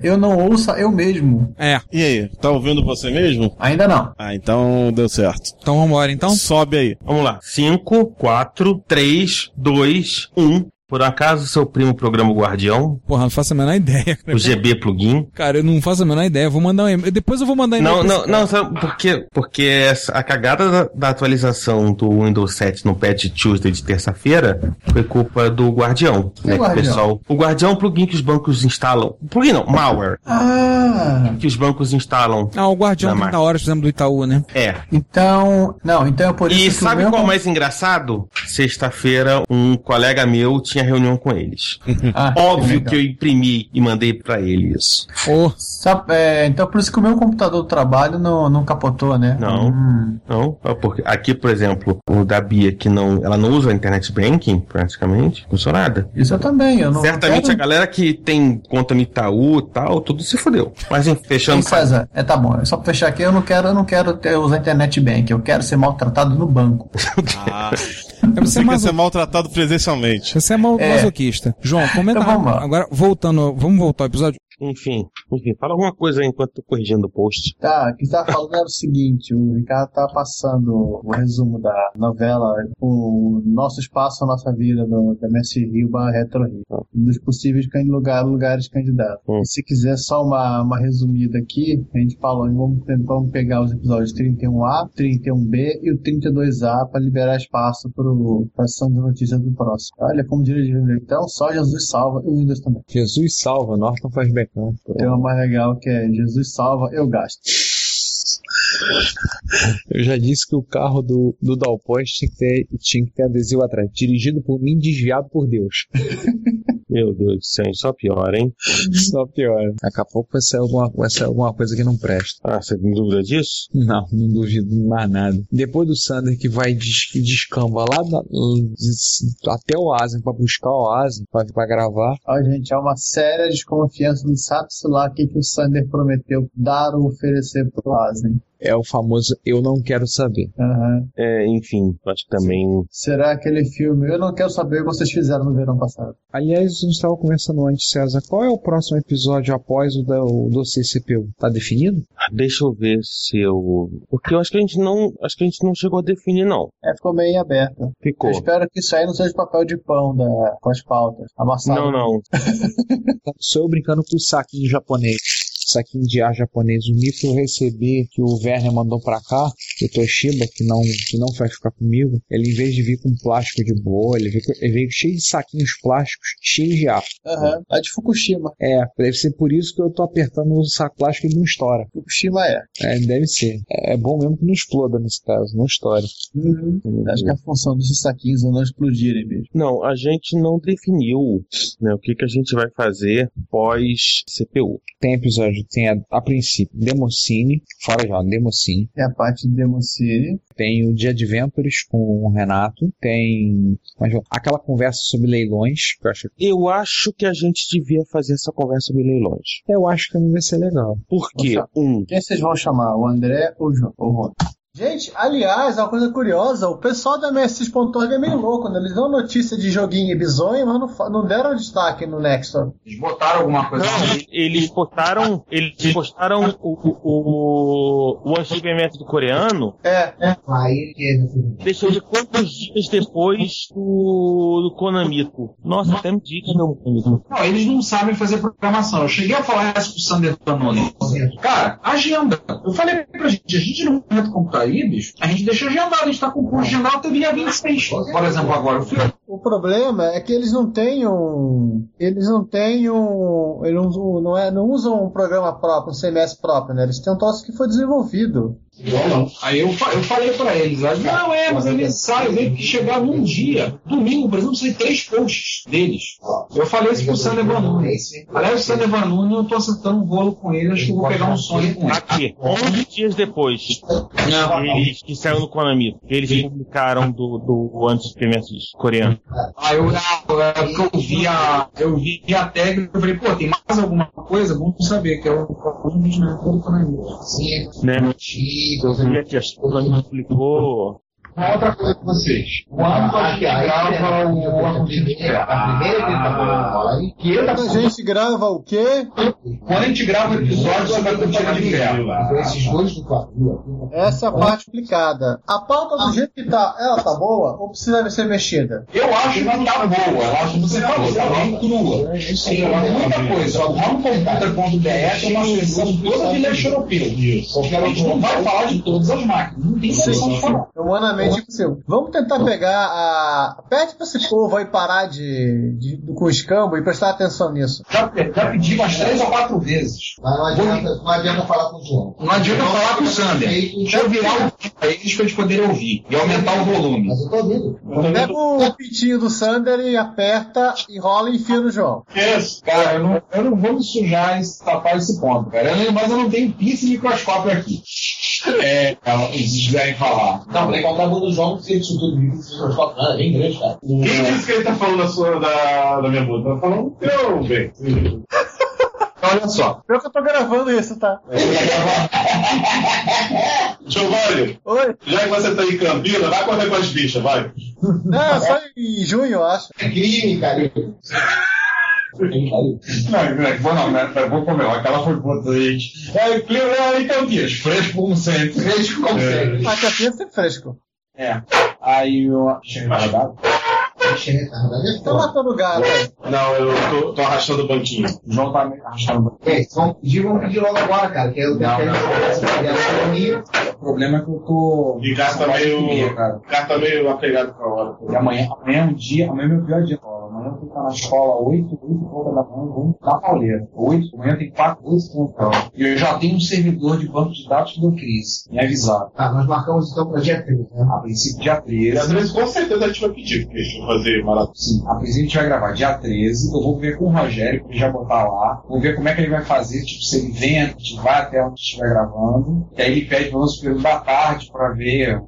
Speaker 6: eu não ouça eu mesmo.
Speaker 12: É.
Speaker 13: E aí, tá ouvindo você mesmo?
Speaker 6: Ainda não.
Speaker 13: Ah, então deu certo.
Speaker 12: Então vamos embora, então?
Speaker 13: Sobe aí.
Speaker 5: Vamos lá. 5, 4, 3, 2, 1. Por acaso seu primo programa o Guardião?
Speaker 12: Porra, não faço a menor ideia. [LAUGHS]
Speaker 5: O GB plugin?
Speaker 12: Cara, eu não faço a menor ideia. Eu Vou mandar um e-mail. Depois eu vou mandar um e-mail.
Speaker 5: Não,
Speaker 12: pra esse
Speaker 5: não, não, sabe por quê? Porque essa- a cagada da, da atualização do Windows 7 no patch Tuesday de terça-feira foi culpa do Guardião, né? Que o
Speaker 14: Guardião?
Speaker 5: pessoal. O Guardião é um plugin que os bancos instalam. Plugin não, malware.
Speaker 6: Ah.
Speaker 5: Que os bancos instalam.
Speaker 12: Ah, o Guardião 30 horas, por exemplo, do Itaú, né?
Speaker 5: É.
Speaker 6: Então, não, então é por isso
Speaker 5: E
Speaker 6: que
Speaker 5: sabe
Speaker 6: o meu-
Speaker 5: qual é o mais engraçado? Sexta-feira, um colega meu tinha reunião com eles. [LAUGHS] Óbvio que,
Speaker 6: Ah, é legal.
Speaker 5: eu imprimi e mandei pra ele isso.
Speaker 6: Sabe, é, então por isso que o meu computador do trabalho não, não capotou, né?
Speaker 5: Não. Não, é porque aqui, por exemplo, o da Bia, que não, ela não usa internet banking, praticamente, não usa nada.
Speaker 6: Isso eu também, eu não
Speaker 5: Certamente
Speaker 6: quero-
Speaker 5: a galera que tem conta no Itaú e tal, tudo se fodeu. Mas enfim,
Speaker 6: Ei,
Speaker 5: fechando.
Speaker 6: César, é tá bom, é só pra fechar aqui, eu não quero, eu não quero ter, usar internet bank, eu quero ser maltratado no banco.
Speaker 13: Ah.
Speaker 12: Você
Speaker 13: quer
Speaker 12: maso-
Speaker 13: ser maltratado presencialmente.
Speaker 12: Você é mal
Speaker 13: É.
Speaker 12: masoquista. João, comenta
Speaker 13: Então vamos
Speaker 12: rápido. agora, voltando, vamos voltar ao episódio.
Speaker 5: Enfim, enfim, fala alguma coisa aí enquanto eu tô corrigindo o post.
Speaker 6: Tá, o que tá falando era o seguinte, o Ricardo tá passando o resumo da novela, o nosso espaço, a nossa vida, do, da MS Rio barra Retro Rio, dos possíveis can- lugar, lugares candidatos. E se quiser só uma, uma resumida aqui, a gente falou, vamos, pe- vamos pegar os episódios 31A, 31B e o 32A para liberar espaço para a sessão de notícias do próximo. Olha, como diria o então, só Jesus salva e o Windows também.
Speaker 3: Jesus salva, Norton faz backup.
Speaker 6: Tem uma mais legal que é Jesus salva, eu gasto.
Speaker 3: Eu já disse que o carro do, do [LAUGHS] Dalpoint tinha que, ter, tinha que ter adesivo atrás. Dirigido por mim, desviado por Deus.
Speaker 5: Meu Deus do céu, só pior, hein?
Speaker 15: Só pior.
Speaker 3: Daqui a pouco vai sair alguma, vai sair alguma coisa que não presta.
Speaker 5: Ah, você tem dúvida disso?
Speaker 3: Não, não duvido mais nada. Depois do Sander que vai des- que descamba lá da- de- até o Asen pra buscar o Asen pra, pra gravar.
Speaker 6: Ó, gente, há uma séria desconfiança, não sabe-se lá o que, que o Sander prometeu dar ou oferecer pro Asen.
Speaker 3: É o famoso Eu Não Quero Saber.
Speaker 6: Aham.
Speaker 5: É, enfim, acho que também.
Speaker 6: Será aquele filme? Eu não quero saber o que vocês fizeram no verão passado.
Speaker 3: Aliás, a gente estava conversando antes, César. Qual é o próximo episódio após o, da, o do CCPU? Tá definido?
Speaker 5: Ah, Deixa eu ver se eu. Porque eu acho que a gente não. Acho que a gente não chegou a definir, não.
Speaker 6: É, ficou meio aberta.
Speaker 5: Ficou.
Speaker 6: Eu espero que isso aí não seja papel de pão da, com as pautas. Amassado.
Speaker 5: Não, não.
Speaker 3: Sou eu brincando com o saquinho japonês. Saquinho de ar japonês. O mico que eu recebi que o Werner mandou pra cá, o Toshiba, que não, que não vai ficar comigo, ele em vez de vir com plástico de boa, ele veio, ele veio cheio de saquinhos plásticos, cheio de ar.
Speaker 6: Aham, é de Fukushima.
Speaker 3: É, deve ser por isso que eu tô apertando o saco plástico e não estoura.
Speaker 6: Fukushima é.
Speaker 3: É, deve ser. É, é bom mesmo que não exploda nesse caso, não estoura.
Speaker 6: Acho que a função desses saquinhos é não explodirem mesmo.
Speaker 5: Não, a gente não definiu né, o que, que a gente vai fazer pós CPU.
Speaker 3: Tem episódio, tem a, a princípio Democine, fora já, Democine.
Speaker 6: É a parte de Democine.
Speaker 3: Tem o de Adventures com o Renato. Tem mas, aquela conversa sobre leilões, que eu acho que.
Speaker 5: Eu acho que a gente devia fazer essa conversa sobre leilões.
Speaker 3: Eu acho que vai ser legal.
Speaker 5: Por quê? Um.
Speaker 6: Quem vocês vão chamar? O André ou o João? Ou o Rony? Gente, aliás, uma coisa curiosa, o pessoal da MSX.org é meio louco, né? Eles dão notícia de joguinho e bizonho, mas não, fa- não deram destaque no Nexon.
Speaker 9: Eles botaram alguma coisa
Speaker 5: Não,
Speaker 9: ali.
Speaker 5: eles postaram, eles postaram o, o, o, o antigamento do coreano.
Speaker 6: É, é.
Speaker 9: Aí que.
Speaker 5: Deixa eu ver quantos dias depois do, do Konamiko. Nossa, até me diz que não.
Speaker 9: Não, eles não sabem fazer programação. Eu cheguei a falar isso com o Sander
Speaker 6: é.
Speaker 9: Panoni. Cara, agenda. Eu falei pra gente, a gente não entra com o aí, bicho. A gente deixa agendado, a gente tá com o curso agendado até dia 26. Por exemplo, agora eu fui
Speaker 6: O problema é que eles não têm um. Eles não têm um. Eles não, não, é, não usam um programa próprio, um CMS próprio, né? Eles têm um troço que foi desenvolvido.
Speaker 9: Aí eu, fa- eu falei pra eles, aí, não é, mas é necessário mesmo que chegar num dia, domingo, por exemplo, sair três posts deles. Eu falei isso pro Sander Vanuni. Aliás, é o Sander Vanuni, eu tô acertando um bolo com ele, acho que eu vou pegar um sonho com ele.
Speaker 5: Tá Aqui, 11 dias depois eles, que saiu no Konami, eles publicaram do, do anti-experimento coreano.
Speaker 9: Aí eu, ah, é porque eu vi a, eu vi a tag, eu falei, pô, tem mais alguma coisa? Vamos saber, que é o Corinthians na Copa Sim. é
Speaker 5: Né?
Speaker 9: né? Uhum.
Speaker 5: Uhum. E aqui, acho que o Konami publicou.
Speaker 9: Uma outra coisa com vocês. Quando é a gente grava Ah, o Argentino de Ferro? A primeira que ele tá falando online, que eu
Speaker 6: Quando a gente grava o quê?
Speaker 9: Quando a gente grava episódios sobre a cortina de ferro. Esses dois do quadril.
Speaker 6: Essa é a parte complicada. A pauta do jeito que tá, ela tá boa ou precisa ser mexida?
Speaker 9: Eu acho que não tá boa. Eu acho que você falou, tá bem crua. Tem muita coisa. Só romcomputer.br é uma sessão toda de leste europeu. Porque a gente não vai falar de todas as máquinas. Não tem sessão de falar.
Speaker 6: Humanamente impossível. Vamos tentar pegar a. Pede pra esse povo aí parar de, de, do- com o escambo e prestar atenção nisso.
Speaker 9: Já, já pedi umas três ou quatro vezes. Mas não adianta, falar com o João. Não adianta falar com o Sander. Deixa eu virar o vídeo pra eles pra eles poderem ouvir e aumentar o volume. Né? Mas eu tô ouvindo.
Speaker 6: Pega o pitinho do Sander e aperta, enrola e enfia no João.
Speaker 9: Cara, eu não, eu não vou me sujar e tapar esse ponto, cara. Eu não- mas eu não tenho pizza microscópio aqui. É, cara, eles quiserem falar. Não, pra encontrar a bunda do João, porque isso tudo microscópio, nada, bem grande, cara.
Speaker 2: Quem disse que ele tá falando da sua da, da minha bunda? Tá falando do teu, bem.
Speaker 9: Olha só.
Speaker 6: Pior que eu tô gravando isso, tá?
Speaker 2: Giovanni,
Speaker 6: Oi?
Speaker 2: já que você tá em Campina, vai correr com as bichas, vai.
Speaker 6: Não, é só em junho, eu acho.
Speaker 9: É crime, cara.
Speaker 4: Não,
Speaker 9: é
Speaker 4: não, vou não, né? Vou comer. Aquela foi boa, gente. É, Cleveland e
Speaker 9: então,
Speaker 4: Campinas. Fresco como sempre.
Speaker 9: Fresco como sempre.
Speaker 6: A capinha é sempre fresco.
Speaker 9: É. Aí eu. Achei retardado. Achei Então,
Speaker 6: Tá matando o gato.
Speaker 2: Não, eu tô, tô arrastando o banquinho.
Speaker 9: O João tá meio arrastando. É, vamos pedir, vamos pedir logo agora, cara. Que eu não, O problema é que eu tô.
Speaker 2: E o gato tá meio. O gato tá meio apegado com a hora.
Speaker 9: E amanhã, amanhã é um dia, amanhã é meu pior dia. Ó, Amanhã eu tô tá na escola 8, 8 e pouca da manhã, vamos na pauleira. 8 da manhã tem 4, 2 central. E eu já tenho um servidor de banco de dados que deu crise. Me avisaram. Ah, nós marcamos então para dia 13, né? A princípio dia 13.
Speaker 2: Dia 13 com certeza a gente vai pedir, porque a gente vai fazer maratona.
Speaker 9: Sim, a princípio a gente vai gravar dia 13. Eu vou ver com o Rogério, que já botar lá. Vou ver como é que ele vai fazer, tipo, se ele vem, a gente vai até onde estiver gravando. E aí ele pede para nós período da tarde para ver.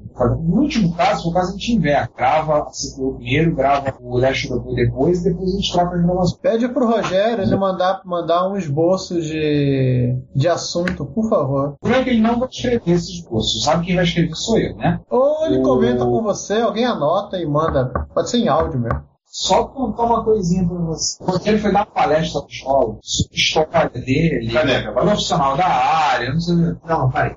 Speaker 9: No último caso, por caso a gente inverte. Grava a CPU primeiro, grava o Last of the depois e depois a gente troca as gravações.
Speaker 6: Pede pro Rogério ele mandar, mandar um esboço de, de assunto, por favor.
Speaker 9: Como é que ele não vai escrever esse esboço? Sabe quem vai escrever sou eu, né?
Speaker 6: Ou ele comenta com você, alguém anota e manda. Pode ser em áudio mesmo.
Speaker 9: Só contar uma coisinha pra você. Quando ele foi dar uma palestra no escola, sobre história dele, é um
Speaker 2: Caneca, vai.
Speaker 9: profissional da área, não sei. Ah, Não, peraí.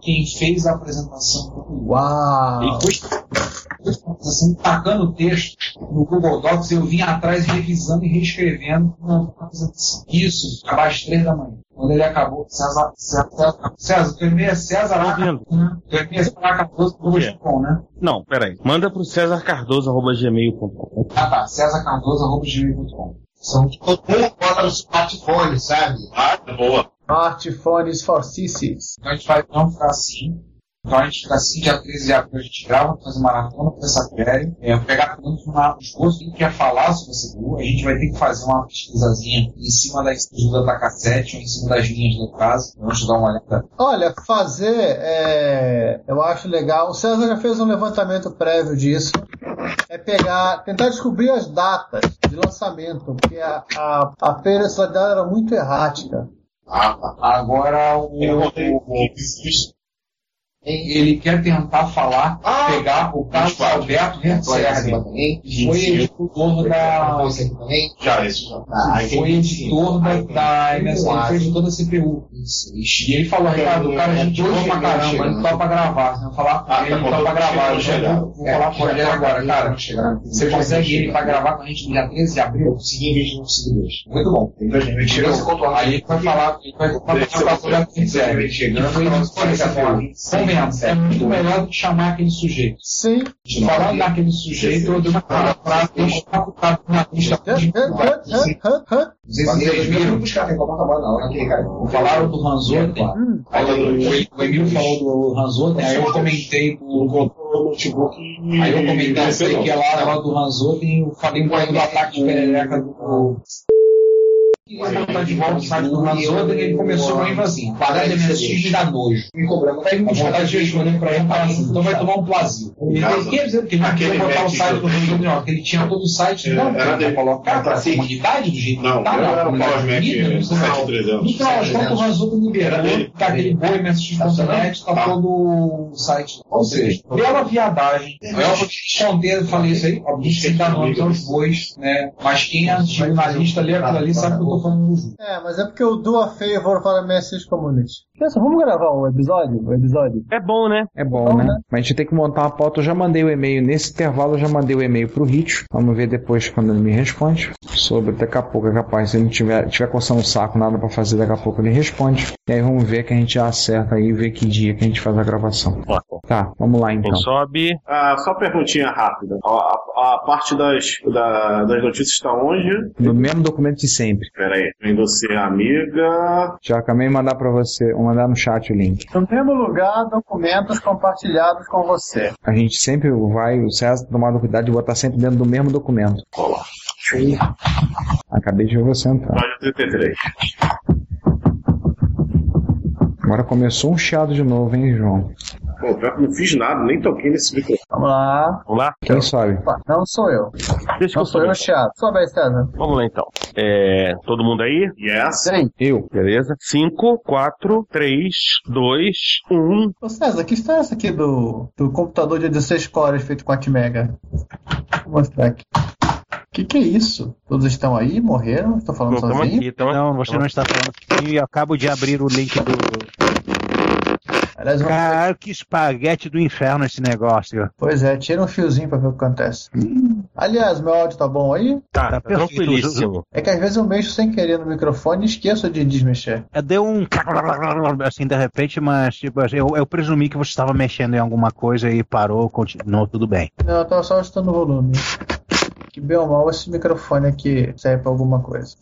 Speaker 9: Quem fez a apresentação foi o
Speaker 6: Uau!
Speaker 9: Ele foi foi uma coisa assim, tacando o texto no Google Docs, eu vim atrás revisando e reescrevendo uma coisa assim. Isso, acabar às três da manhã. Quando ele acabou, César, César, César, César, tu é meia César Araca, tu é meia César Araca, tu é né?
Speaker 5: Não, peraí. Manda pro César Cardoso, arroba gmail.com.
Speaker 9: Ah tá, cesarcardoso.gmail.com São todo mundo bota no smartphone, sabe?
Speaker 2: Ah, tá boa.
Speaker 6: Smartphones for sissies.
Speaker 9: Então a gente vai não ficar assim. Então a gente fica assim, dia 13 de abril a gente grava, fazer maratona com essa série. É, pegar pelo menos uma- um esboço do que quer falar sobre a CBU. A gente vai ter que fazer uma pesquisazinha em cima da estrutura da cassete ou em cima das linhas do caso. Vamos dar uma olhada.
Speaker 6: Olha, fazer é, eu acho legal. O César já fez um levantamento prévio disso. É pegar, tentar descobrir as datas de lançamento, porque a, a, a feira essa data era muito errática.
Speaker 2: Ah, tá.
Speaker 9: Agora o. Ele quer tentar falar, pegar o caso do Alberto Verserra. que Foi editor da.
Speaker 2: Já, isso já. tá.
Speaker 9: Ele foi editor da, da MS, ele foi editor da CPU. E ele falou, Ricardo, o cara é a gente boa pra caramba, né? ele topa gravar. Se eu falar
Speaker 2: Ah,
Speaker 9: com ele, ele topa gravar. Eu já vou vou falar com ele É, agora, cara. Você consegue ele pra gravar com a gente no dia 13 de abril? Seguir em vez de não conseguir dois. Muito bom. Tirou esse contorno aí, ele vai falar, ele vai vai falar com o Alberto Verserra. E foi editor da CPU. Convenhamos, é muito melhor do que chamar aquele sujeito.
Speaker 6: Sim.
Speaker 9: Falar daquele sujeito, eu dou uma frase, eu vou colocar na lista. Vocês viram? Falaram do Ranzoni, aí o- o Emílio falou do Ranzoni, aí eu comentei pro notebook, aí eu comentei sei que é lá na hora do Ranzoni, eu falei um pouco do ataque de perereca do... Ele tá de volta, sai do Ranzoni, ele começou com a invasinha. Pagar de MSX dá nojo. Me cobrando, tá indo buscar, tá gestionando pra ele, fala assim, então vai tomar um plazio. Ele tem que dizer que não queria botar o site do Ranzoni, ó, que ele tinha todo o site, não,
Speaker 2: Era
Speaker 9: pra
Speaker 2: dele.
Speaker 9: colocar pra comunidade do jeito
Speaker 2: Não,
Speaker 9: que tá,
Speaker 2: eu era o
Speaker 9: comunidade
Speaker 2: Power Mac
Speaker 9: unida, não sei lá.
Speaker 2: 7300.
Speaker 9: Então, acho que o Ranzuco liberou, tá aquele boi MSX.net, tá todo o site. Ou seja, É, bela viadagem. Eu esconder, eu falei isso aí, obviamente sem dar nomes aos bois, né? Mas quem é jornalista lê aquilo ali sabe que eu tô falando do jogo.
Speaker 6: É, mas é porque eu dou a favor para MSX Community. Pensa, vamos gravar o episódio? O episódio?
Speaker 5: É bom, né?
Speaker 3: É bom, né? Mas a gente tem que montar uma pauta. Eu já mandei o e-mail, nesse intervalo eu já mandei o e-mail pro Ritch. Vamos ver depois quando ele me responde. Sobre daqui a pouco, é capaz, se ele não tiver, tiver coçando o saco, nada pra fazer, daqui a pouco ele responde. E aí vamos ver que a gente acerta aí, ver que dia que a gente faz a gravação. Tá, vamos lá então.
Speaker 5: Sobe.
Speaker 2: Ah, só perguntinha rápida. A, a- a parte das, da- das notícias está onde?
Speaker 3: No mesmo documento de sempre.
Speaker 2: Pera aí. Em você, amiga.
Speaker 3: Já acabei de mandar pra você, vou mandar no chat o link.
Speaker 6: No mesmo lugar, documentos compartilhados com você.
Speaker 3: A gente sempre vai, o César tomar cuidado de botar sempre dentro do mesmo documento. Acabei de ver você entrar.
Speaker 2: Página 33.
Speaker 3: Agora começou um chiado de novo, hein, João?
Speaker 2: Pô, pior que não fiz nada, nem toquei nesse microfone.
Speaker 6: Vamos lá.
Speaker 5: Vamos lá?
Speaker 3: Quem sobe?
Speaker 6: Não sou eu.
Speaker 5: Deixa
Speaker 6: Não
Speaker 5: eu
Speaker 6: sou eu,
Speaker 5: saber.
Speaker 6: chato. Então, Sobe aí, César.
Speaker 5: Vamos lá então. É, todo mundo aí?
Speaker 2: Yes.
Speaker 6: Sim.
Speaker 3: Eu.
Speaker 5: Beleza? 5, 4, 3, 2, 1.
Speaker 6: Ô César, que história é essa aqui do, do computador de 16 cores feito com 4 mega? Vou mostrar aqui. Que que é isso? Todos estão aí? Morreram? Estou falando sozinho?
Speaker 16: Não, você não está falando que eu acabo de abrir o link do. Caralho, que espaguete do inferno esse negócio.
Speaker 6: Pois é, tira um fiozinho pra ver o que acontece. Aliás, meu áudio tá bom aí?
Speaker 5: Tá, tá
Speaker 16: perfeito. tranquilíssimo.
Speaker 6: É que às vezes eu mexo sem querer no microfone e esqueço de desmexer.
Speaker 16: É, Deu um assim de repente, mas tipo, assim, eu, eu presumi que você estava mexendo em alguma coisa e parou, continuou tudo bem.
Speaker 6: Não, eu tava só ajustando o volume. que bem ou mal esse microfone aqui serve pra alguma coisa.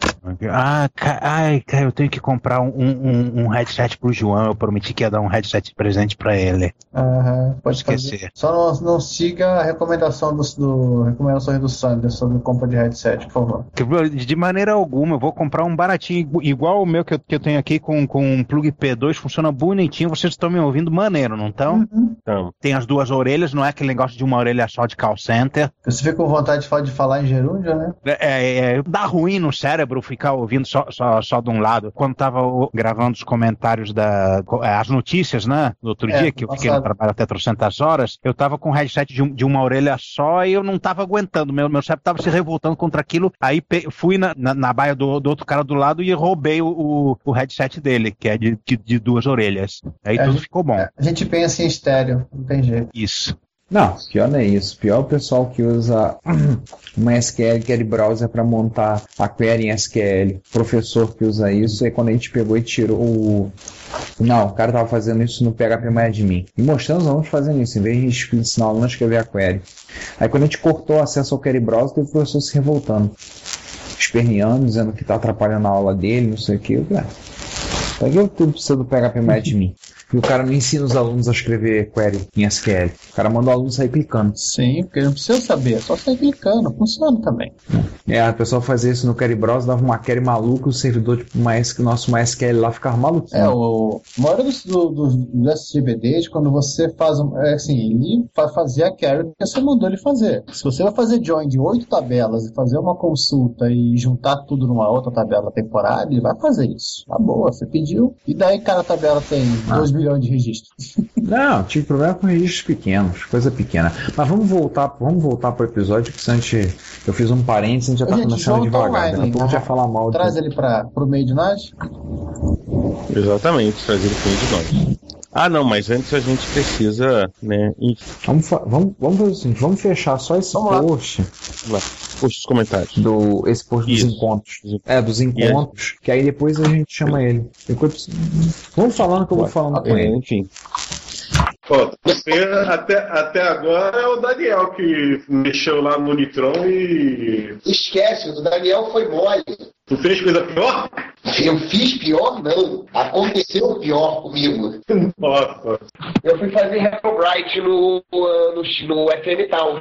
Speaker 9: Ah, ca- ai, cara, eu tenho que comprar um, um, um headset pro João. Eu prometi que ia dar um headset de presente pra ele.
Speaker 6: Aham, pode
Speaker 9: Esquecer.
Speaker 6: fazer. Só não, não siga a recomendação do, do recomendações do Sander sobre compra de headset, por favor.
Speaker 9: Que, De maneira alguma, eu vou comprar um baratinho igu- igual o meu que eu, que eu tenho aqui com, com um plug P2, funciona bonitinho. Vocês estão me ouvindo maneiro, não estão? Tem as duas orelhas, não é aquele negócio de uma orelha só de call center.
Speaker 6: Você fica com vontade de fa- de falar em gerúndio, né?
Speaker 9: É, é, é, dá ruim no cérebro ficar ouvindo só, só, só de um lado. Quando tava o- gravando os comentários da. co- é, as notícias, né? No outro
Speaker 17: É,
Speaker 9: dia, que eu fiquei no
Speaker 17: passado.
Speaker 9: trabalho até trocentas horas, eu tava com o headset de, um- de uma orelha só e eu não tava aguentando. Meu, meu cérebro tava se revoltando contra aquilo. Aí pe- fui na, na, na baia do, do outro cara do lado e roubei o, o, o headset dele, que é de, de, de duas orelhas. Aí
Speaker 6: É,
Speaker 9: tudo
Speaker 6: gente-
Speaker 9: ficou bom.
Speaker 6: A gente pensa em estéreo, não tem jeito.
Speaker 9: Isso.
Speaker 3: Não, pior não é isso. Pior é o pessoal que usa [CLEARS THROAT] uma SQL Query Browser para montar a query em SQL. Professor que usa isso, aí quando a gente pegou e tirou o. Não, o cara tava fazendo isso no PHP MyAdmin. E mostrando os alunos fazendo isso, em vez de es- ensinar o aluno a escrever a query. Aí quando a gente cortou o acesso ao Query Browser, teve o professor se revoltando. Esperneando, dizendo que tá atrapalhando a aula dele, não sei o que. Pra que eu tudo precisa do PHP MyAdmin? E o cara não ensina os alunos a escrever query em SQL. O cara manda o aluno sair clicando.
Speaker 6: Sim, porque não precisa saber, é só sair clicando, funciona também.
Speaker 3: É, a pessoa fazia isso no Query Browser, dava uma query maluca, o servidor, tipo, mais, nosso MySQL lá ficava maluquinho.
Speaker 6: É, o, a maioria dos, do, dos, dos SGBDs, quando você faz um. é assim, ele fa- fazia a carry que você mandou ele fazer. Se você vai fazer join de oito tabelas e fazer uma consulta e juntar tudo numa outra tabela temporária, ele vai fazer isso. Tá boa, você pediu. E daí cada tabela tem
Speaker 3: Ah.
Speaker 6: 2 milhões de registros.
Speaker 3: Não, tive problema com registros pequenos, coisa pequena. Mas vamos voltar, vamos voltar pro episódio, que se a gente, eu fiz um parênteses, a gente já tá
Speaker 6: Gente,
Speaker 3: começando
Speaker 6: João tá
Speaker 3: devagar.
Speaker 6: online,
Speaker 3: Daqui a pouco
Speaker 6: né?
Speaker 3: já falar mal. de-
Speaker 6: Traz ele pra, pro meio de nós.
Speaker 5: Exatamente, trazer o fim de nós. Ah, não, mas antes a gente precisa, né? em-
Speaker 3: Vamos, fa- vamos, vamos fazer o seguinte, vamos fechar só esse post.
Speaker 5: Poxa, os comentários.
Speaker 3: Do, esse post dos encontros. É, dos encontros, que aí depois a gente chama ele. Enquanto- Vamos falando que eu vou falando com ele.
Speaker 5: É, Enfim.
Speaker 2: Ó, você até, até agora é o Daniel que mexeu lá no Nitron e.
Speaker 18: Esquece, o do Daniel foi mole.
Speaker 2: Tu fez coisa pior?
Speaker 18: Eu fiz pior, não. Aconteceu pior comigo.
Speaker 2: Nossa.
Speaker 18: Eu fui fazer Retrobrite no, ah, no, no FM Town.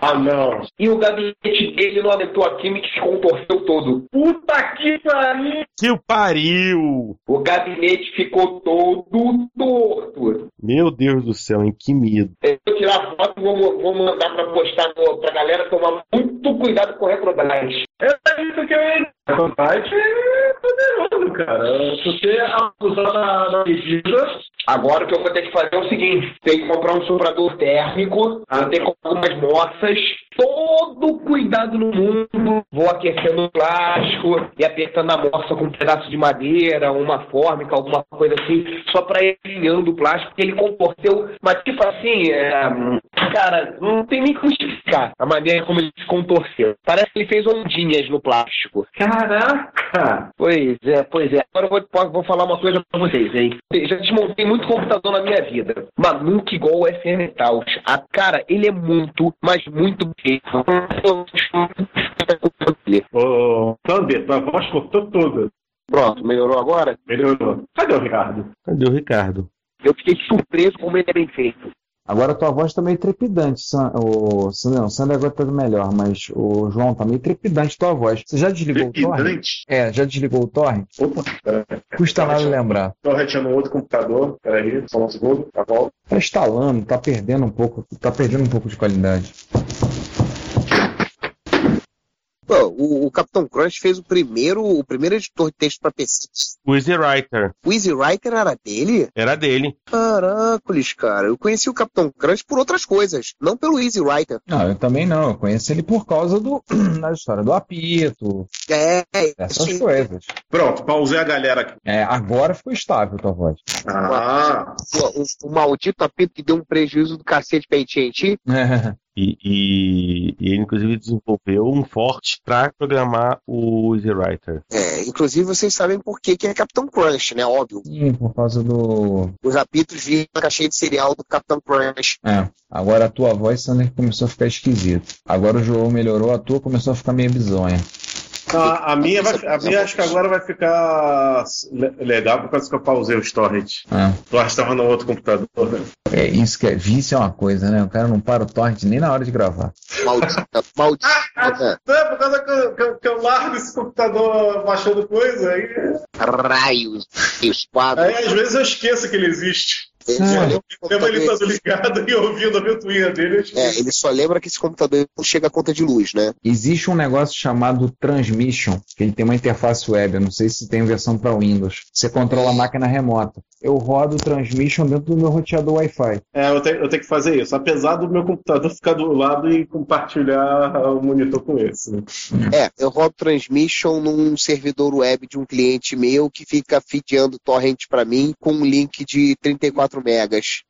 Speaker 2: Ah, não.
Speaker 18: E o gabinete dele não aumentou a química e se contorceu todo. Puta que pariu!
Speaker 5: Que o pariu!
Speaker 18: O gabinete ficou todo torto.
Speaker 5: Meu Deus do céu, em que medo.
Speaker 18: Eu vou tirar foto e vou, vou mandar pra postar no, pra galera tomar muito cuidado com o Retrobrite.
Speaker 2: É isso que eu ia Retrobrite é poderoso, cara. Se você abusar da, da medida.
Speaker 18: Agora o que eu vou ter que fazer é o seguinte: tem que comprar um soprador térmico, vou ter que comprar algumas moças, todo o cuidado no mundo. Vou aquecendo o plástico e apertando a moça com um pedaço de madeira, uma fórmica, alguma coisa assim, só pra ir alinhando o plástico, porque ele comporteu. Mas tipo assim, é, cara, não tem nem como explicar a maneira como ele se contorceu. Parece que ele fez ondinhas no plástico. Caraca! Pois é, pois é. Agora eu vou, po- vou falar uma coisa pra vocês, hein? Já desmontei muito computador na minha vida. Mas nunca igual o FM Taos. A cara, ele é muito, mas muito bonito.
Speaker 2: Ô, Sander, tua voz cortou toda.
Speaker 18: Pronto, melhorou agora?
Speaker 2: Melhorou. Cadê o Ricardo?
Speaker 5: Cadê o Ricardo?
Speaker 18: Eu fiquei surpreso como ele é bem feito.
Speaker 3: Agora a tua voz tá meio trepidante, San... o... San- não, o Sandro agora tá melhor, mas o João tá meio trepidante tua voz. Você já desligou o torre?
Speaker 2: Trepidante?
Speaker 3: É, já desligou o torre?
Speaker 2: Opa, é.
Speaker 3: Custa nada lembrar.
Speaker 2: Tô retirando um outro computador. Peraí, só um segundo. Tá bom.
Speaker 3: Tá instalando, tá perdendo um pouco, tá perdendo um pouco de qualidade.
Speaker 17: Pô, o, o Capitão Crunch fez o primeiro, o primeiro editor de texto pra PC.
Speaker 5: O Easy Writer
Speaker 17: O Easy Writer era dele?
Speaker 5: era dele.
Speaker 17: Caracoles, cara. Eu conheci o Capitão Crunch por outras coisas, não pelo Easy Writer.
Speaker 3: Não, eu também não. Eu conheço ele por causa do [CLEARS THROAT] da história do apito,
Speaker 17: É,
Speaker 3: essas coisas.
Speaker 2: Pronto, pausei a galera aqui.
Speaker 3: É, agora ficou estável tua voz. [LAUGHS]
Speaker 2: Ah.
Speaker 9: um
Speaker 17: O, o maldito apito que deu um prejuízo do cacete pra AT&T.
Speaker 5: E, e- e ele, inclusive, desenvolveu um forte para programar o Easy Writer.
Speaker 9: É, inclusive vocês sabem por que que é Capitão Crunch, né? Óbvio.
Speaker 3: Sim, por causa do.
Speaker 9: Os apitos vinham na caixinha de cereal do Capitão Crunch.
Speaker 3: É, agora a tua voz, Sander, começou a ficar esquisita. Agora o João melhorou, a tua começou a ficar meio bizonha.
Speaker 2: Ah, a minha, vai- a minha acho que agora vai ficar le- legal por causa que eu pausei o storage.
Speaker 3: Ah.
Speaker 2: O storage estava no outro computador. né?
Speaker 3: É, isso que é vício é uma coisa, né? O cara não para o torrent nem na hora de gravar.
Speaker 9: Maldita, maldita.
Speaker 2: Não, é por causa que eu, que eu- que eu largo esse computador baixando coisa. Aí, é.
Speaker 9: Raios, os quadros.
Speaker 2: aí às vezes eu esqueço que ele é existe.
Speaker 9: Ele só lembra que o
Speaker 2: Lembra ele
Speaker 9: computador-
Speaker 2: todo ligado e ouvindo a ventoinha dele. eu esqueço.
Speaker 9: É, ele só lembra que esse computador não chega à conta de luz, né?
Speaker 3: Existe um negócio chamado Transmission, que ele tem uma interface web, eu não sei se tem versão para Windows. Você controla a máquina remota. Eu rodo o Transmission dentro do meu roteador Wi-Fi.
Speaker 2: É, eu, te- eu tenho que fazer isso. Apesar do meu computador ficar do lado e compartilhar o monitor com esse. né? [LAUGHS]
Speaker 9: É, eu rodo transmission num servidor web de um cliente meu que fica feedando torrent pra mim com um link de 34 megas.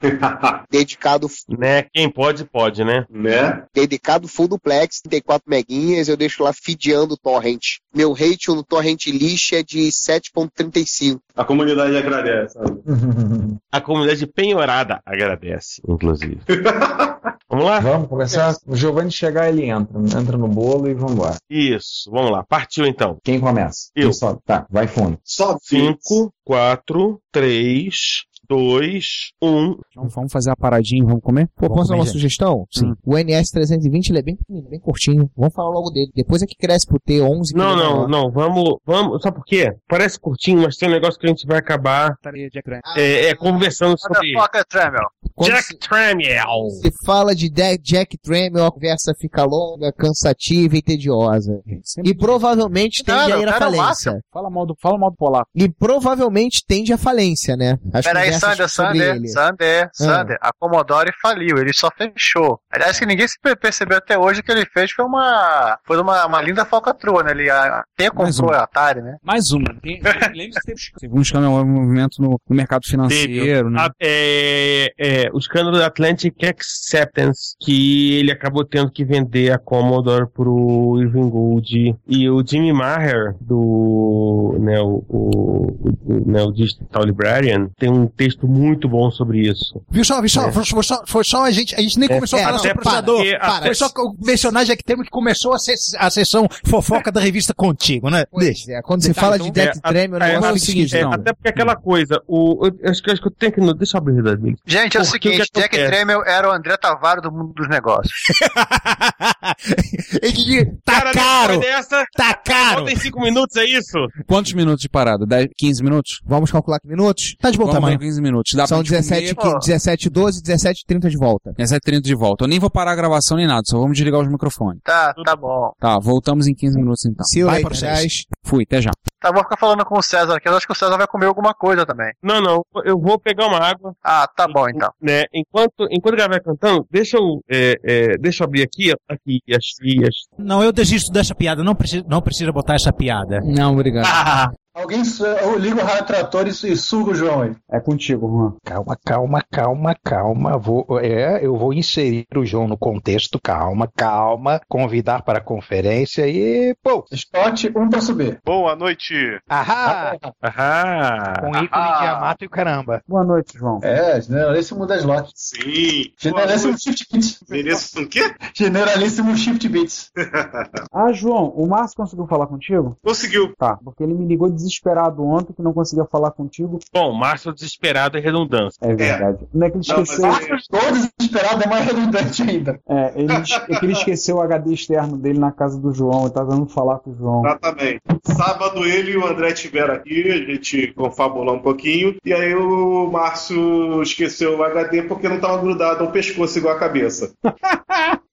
Speaker 9: dedicado,
Speaker 5: Né? Quem pode, pode, né?
Speaker 2: Né?
Speaker 9: dedicado full duplex, 34 meguinhas, eu deixo lá feedando torrent. Meu ratio no torrent list é de 7.35.
Speaker 2: A comunidade agradece. sabe?
Speaker 5: A comunidade penhorada agradece,
Speaker 6: [LAUGHS]
Speaker 5: inclusive. Vamos lá?
Speaker 3: Vamos começar? O Giovanni chegar, ele entra. Entra no bolo e vambora.
Speaker 5: Isso, vamos lá. Partiu então.
Speaker 3: Quem começa?
Speaker 5: Eu.
Speaker 3: Quem sobe? Tá, vai fundo.
Speaker 2: Só
Speaker 5: 5, 4, 3, 2, 1.
Speaker 19: Então vamos fazer a paradinha, vamos comer?
Speaker 4: Pô, posso dar uma sugestão?
Speaker 19: Sim.
Speaker 4: O NS320 ele é bem pequenininho, bem curtinho. Vamos falar logo dele. Depois é que cresce pro T11. que
Speaker 5: Não,
Speaker 4: ele é
Speaker 5: não,
Speaker 4: maior.
Speaker 5: não. Vamos, vamos. Sabe por quê? Parece curtinho, mas tem um negócio que a gente vai acabar é, é, conversando sobre.
Speaker 4: Motherfucker
Speaker 5: Tramiel. Jack Tramiel.
Speaker 4: Se fala de De- Jack Tramiel, a conversa fica longa, cansativa e tediosa. E provavelmente tende a ir à falência.
Speaker 3: Fala mal, do, fala mal do polaco.
Speaker 4: E provavelmente tende à falência, né? As
Speaker 20: Peraí,
Speaker 4: conversas
Speaker 20: Sander,
Speaker 4: sobre
Speaker 20: Sander,
Speaker 4: ele. Ah.
Speaker 20: Sander, Sander. A Commodore faliu, ele só fechou. Aliás, que ninguém se per- percebeu até hoje o que ele fez foi uma, foi uma, uma linda falcatrua, né? Ele a- até
Speaker 19: Mais
Speaker 4: um.
Speaker 20: comprou
Speaker 19: uma.
Speaker 20: a Atari, né?
Speaker 19: Mais uma. Teve um escândalo, um movimento no, no mercado financeiro,
Speaker 3: Uhum.
Speaker 19: né? [LAUGHS]
Speaker 5: A- é, é, o escândalo da Atlantic Acceptance, que ele acabou tendo que vender a Commodore pro Irving Gould. E o Jimmy Maher, do né, o, o, o- né, o Digital Librarian, tem um texto muito bom sobre isso.
Speaker 18: Viu só, viu só?
Speaker 5: É.
Speaker 18: Foi só, foi só a gente. A gente nem
Speaker 5: É,
Speaker 18: começou a
Speaker 5: é,
Speaker 18: falar sobre
Speaker 5: até
Speaker 18: o processador.
Speaker 5: porque-
Speaker 18: Para,
Speaker 5: até-
Speaker 18: foi só o mencionar Jack Tramiel que começou a, ses- a sessão fofoca da revista contigo, né? Deixa.
Speaker 4: É, quando se fala de Jack Tramiel, o
Speaker 5: é,
Speaker 4: negócio
Speaker 5: é,
Speaker 4: é o seguinte,
Speaker 5: é,
Speaker 4: não.
Speaker 5: Até porque aquela coisa, o, eu, acho, que, acho que eu tenho que. Deixa eu abrir da dele.
Speaker 20: Gente, é o seguinte, Jack Tramiel era o André Tavaro do mundo dos negócios.
Speaker 18: tá
Speaker 5: caro! tá caro! Tem cinco minutos, é isso?
Speaker 19: Quantos minutos de parada? 10, 15 minutos?
Speaker 4: Vamos calcular que minutos? Tá de bom
Speaker 19: Vamos
Speaker 4: tamanho.
Speaker 19: ver 15 minutos. Dá
Speaker 4: São
Speaker 19: pra gente
Speaker 4: 17,
Speaker 19: comer.
Speaker 4: 15, 17, 12, 17, 30 de volta.
Speaker 19: 17h30 de volta. Eu nem vou parar a gravação nem nada, só vamos desligar os microfones.
Speaker 20: Tá, tá bom.
Speaker 19: Tá, voltamos em 15 minutos então.
Speaker 4: See you later, guys.
Speaker 19: Fui, até já.
Speaker 20: Tá, vou ficar falando com o César aqui, eu acho que o César vai comer alguma coisa também.
Speaker 5: Não, não, eu vou pegar uma água.
Speaker 20: Ah, tá bom então.
Speaker 5: né? Enquanto, enquanto o cara vai cantando, deixa eu, é, é, deixa eu abrir aqui, aqui as fias.
Speaker 18: Não, eu desisto dessa piada. Não precisa, não precisa botar essa piada.
Speaker 4: Não, obrigado.
Speaker 6: Alguém su- eu ligo o raio trator e, su- e sugo o João aí.
Speaker 3: É contigo, Juan.
Speaker 21: Calma, calma, calma, calma. Vou, é, eu vou inserir o João no contexto. Calma, calma. Convidar para a conferência e. Pô!
Speaker 6: Scott, um para subir.
Speaker 21: Boa noite. Ahá!
Speaker 5: Ahá!
Speaker 21: Tá Com ícone de Yamato e o caramba.
Speaker 3: Boa noite, João.
Speaker 6: É, generalíssimo das lotes.
Speaker 2: Sim. [LAUGHS]
Speaker 6: Generalíssimo Shift Beats.
Speaker 2: Generalíssimo o quê?
Speaker 6: Generalíssimo Shift Beats.
Speaker 3: Ah, João, o Márcio conseguiu falar contigo?
Speaker 2: Conseguiu.
Speaker 3: Tá, porque ele me ligou desesperado ontem que não conseguia falar contigo.
Speaker 5: Bom, Márcio desesperado é redundância.
Speaker 3: É verdade. Não é que ele esqueceu.
Speaker 6: Todo desesperado é mais redundante ainda.
Speaker 3: É, ele, es- é que ele esqueceu o HD externo dele na casa do João. Ele tá dando falar com o João.
Speaker 2: Exatamente. Sábado ele e o André estiveram aqui, a gente confabulou um pouquinho, e aí o Márcio esqueceu o HD porque não estava grudado ao pescoço igual a cabeça.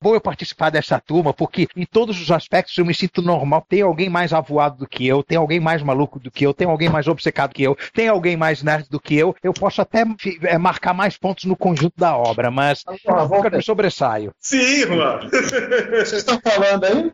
Speaker 21: Bom eu participar dessa turma, porque em todos os aspectos eu me sinto normal. Tem alguém mais avoado do que eu, tem alguém mais maluco do que eu, tem alguém mais obcecado que eu, tem alguém mais nerd do que eu. Eu posso até fi- eh, marcar mais pontos no conjunto da obra, mas eu nunca me sobressaio.
Speaker 2: Sim, mano.
Speaker 6: Vocês estão falando aí?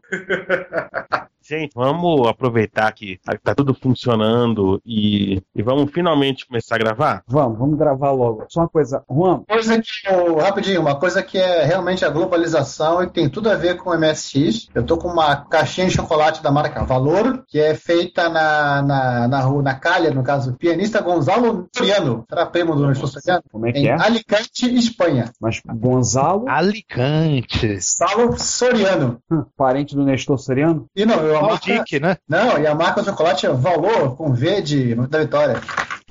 Speaker 5: gente, vamos aproveitar que tá tudo funcionando e, e vamos finalmente começar a gravar?
Speaker 22: Vamos, vamos gravar logo. Só uma coisa, Juan,
Speaker 6: Coisa que, ô, rapidinho, uma coisa que é realmente a globalização e que tem tudo a ver com o MSX. Eu tô com uma caixinha de chocolate da marca Valor, que é feita na, na, na rua, na calha, no caso, pianista Gonzalo Soriano. Será primo do Nestor Soriano?
Speaker 22: Como é que
Speaker 6: Em
Speaker 22: é?
Speaker 6: Alicante, Espanha.
Speaker 22: mas Gonzalo.
Speaker 3: Ah,
Speaker 23: Alicante.
Speaker 6: Salo Soriano.
Speaker 22: Parente do Nestor Soriano?
Speaker 6: E não, eu a marca...
Speaker 23: Maldic, né?
Speaker 6: Não, e a marca do chocolate é Valor, com V de da Vitória.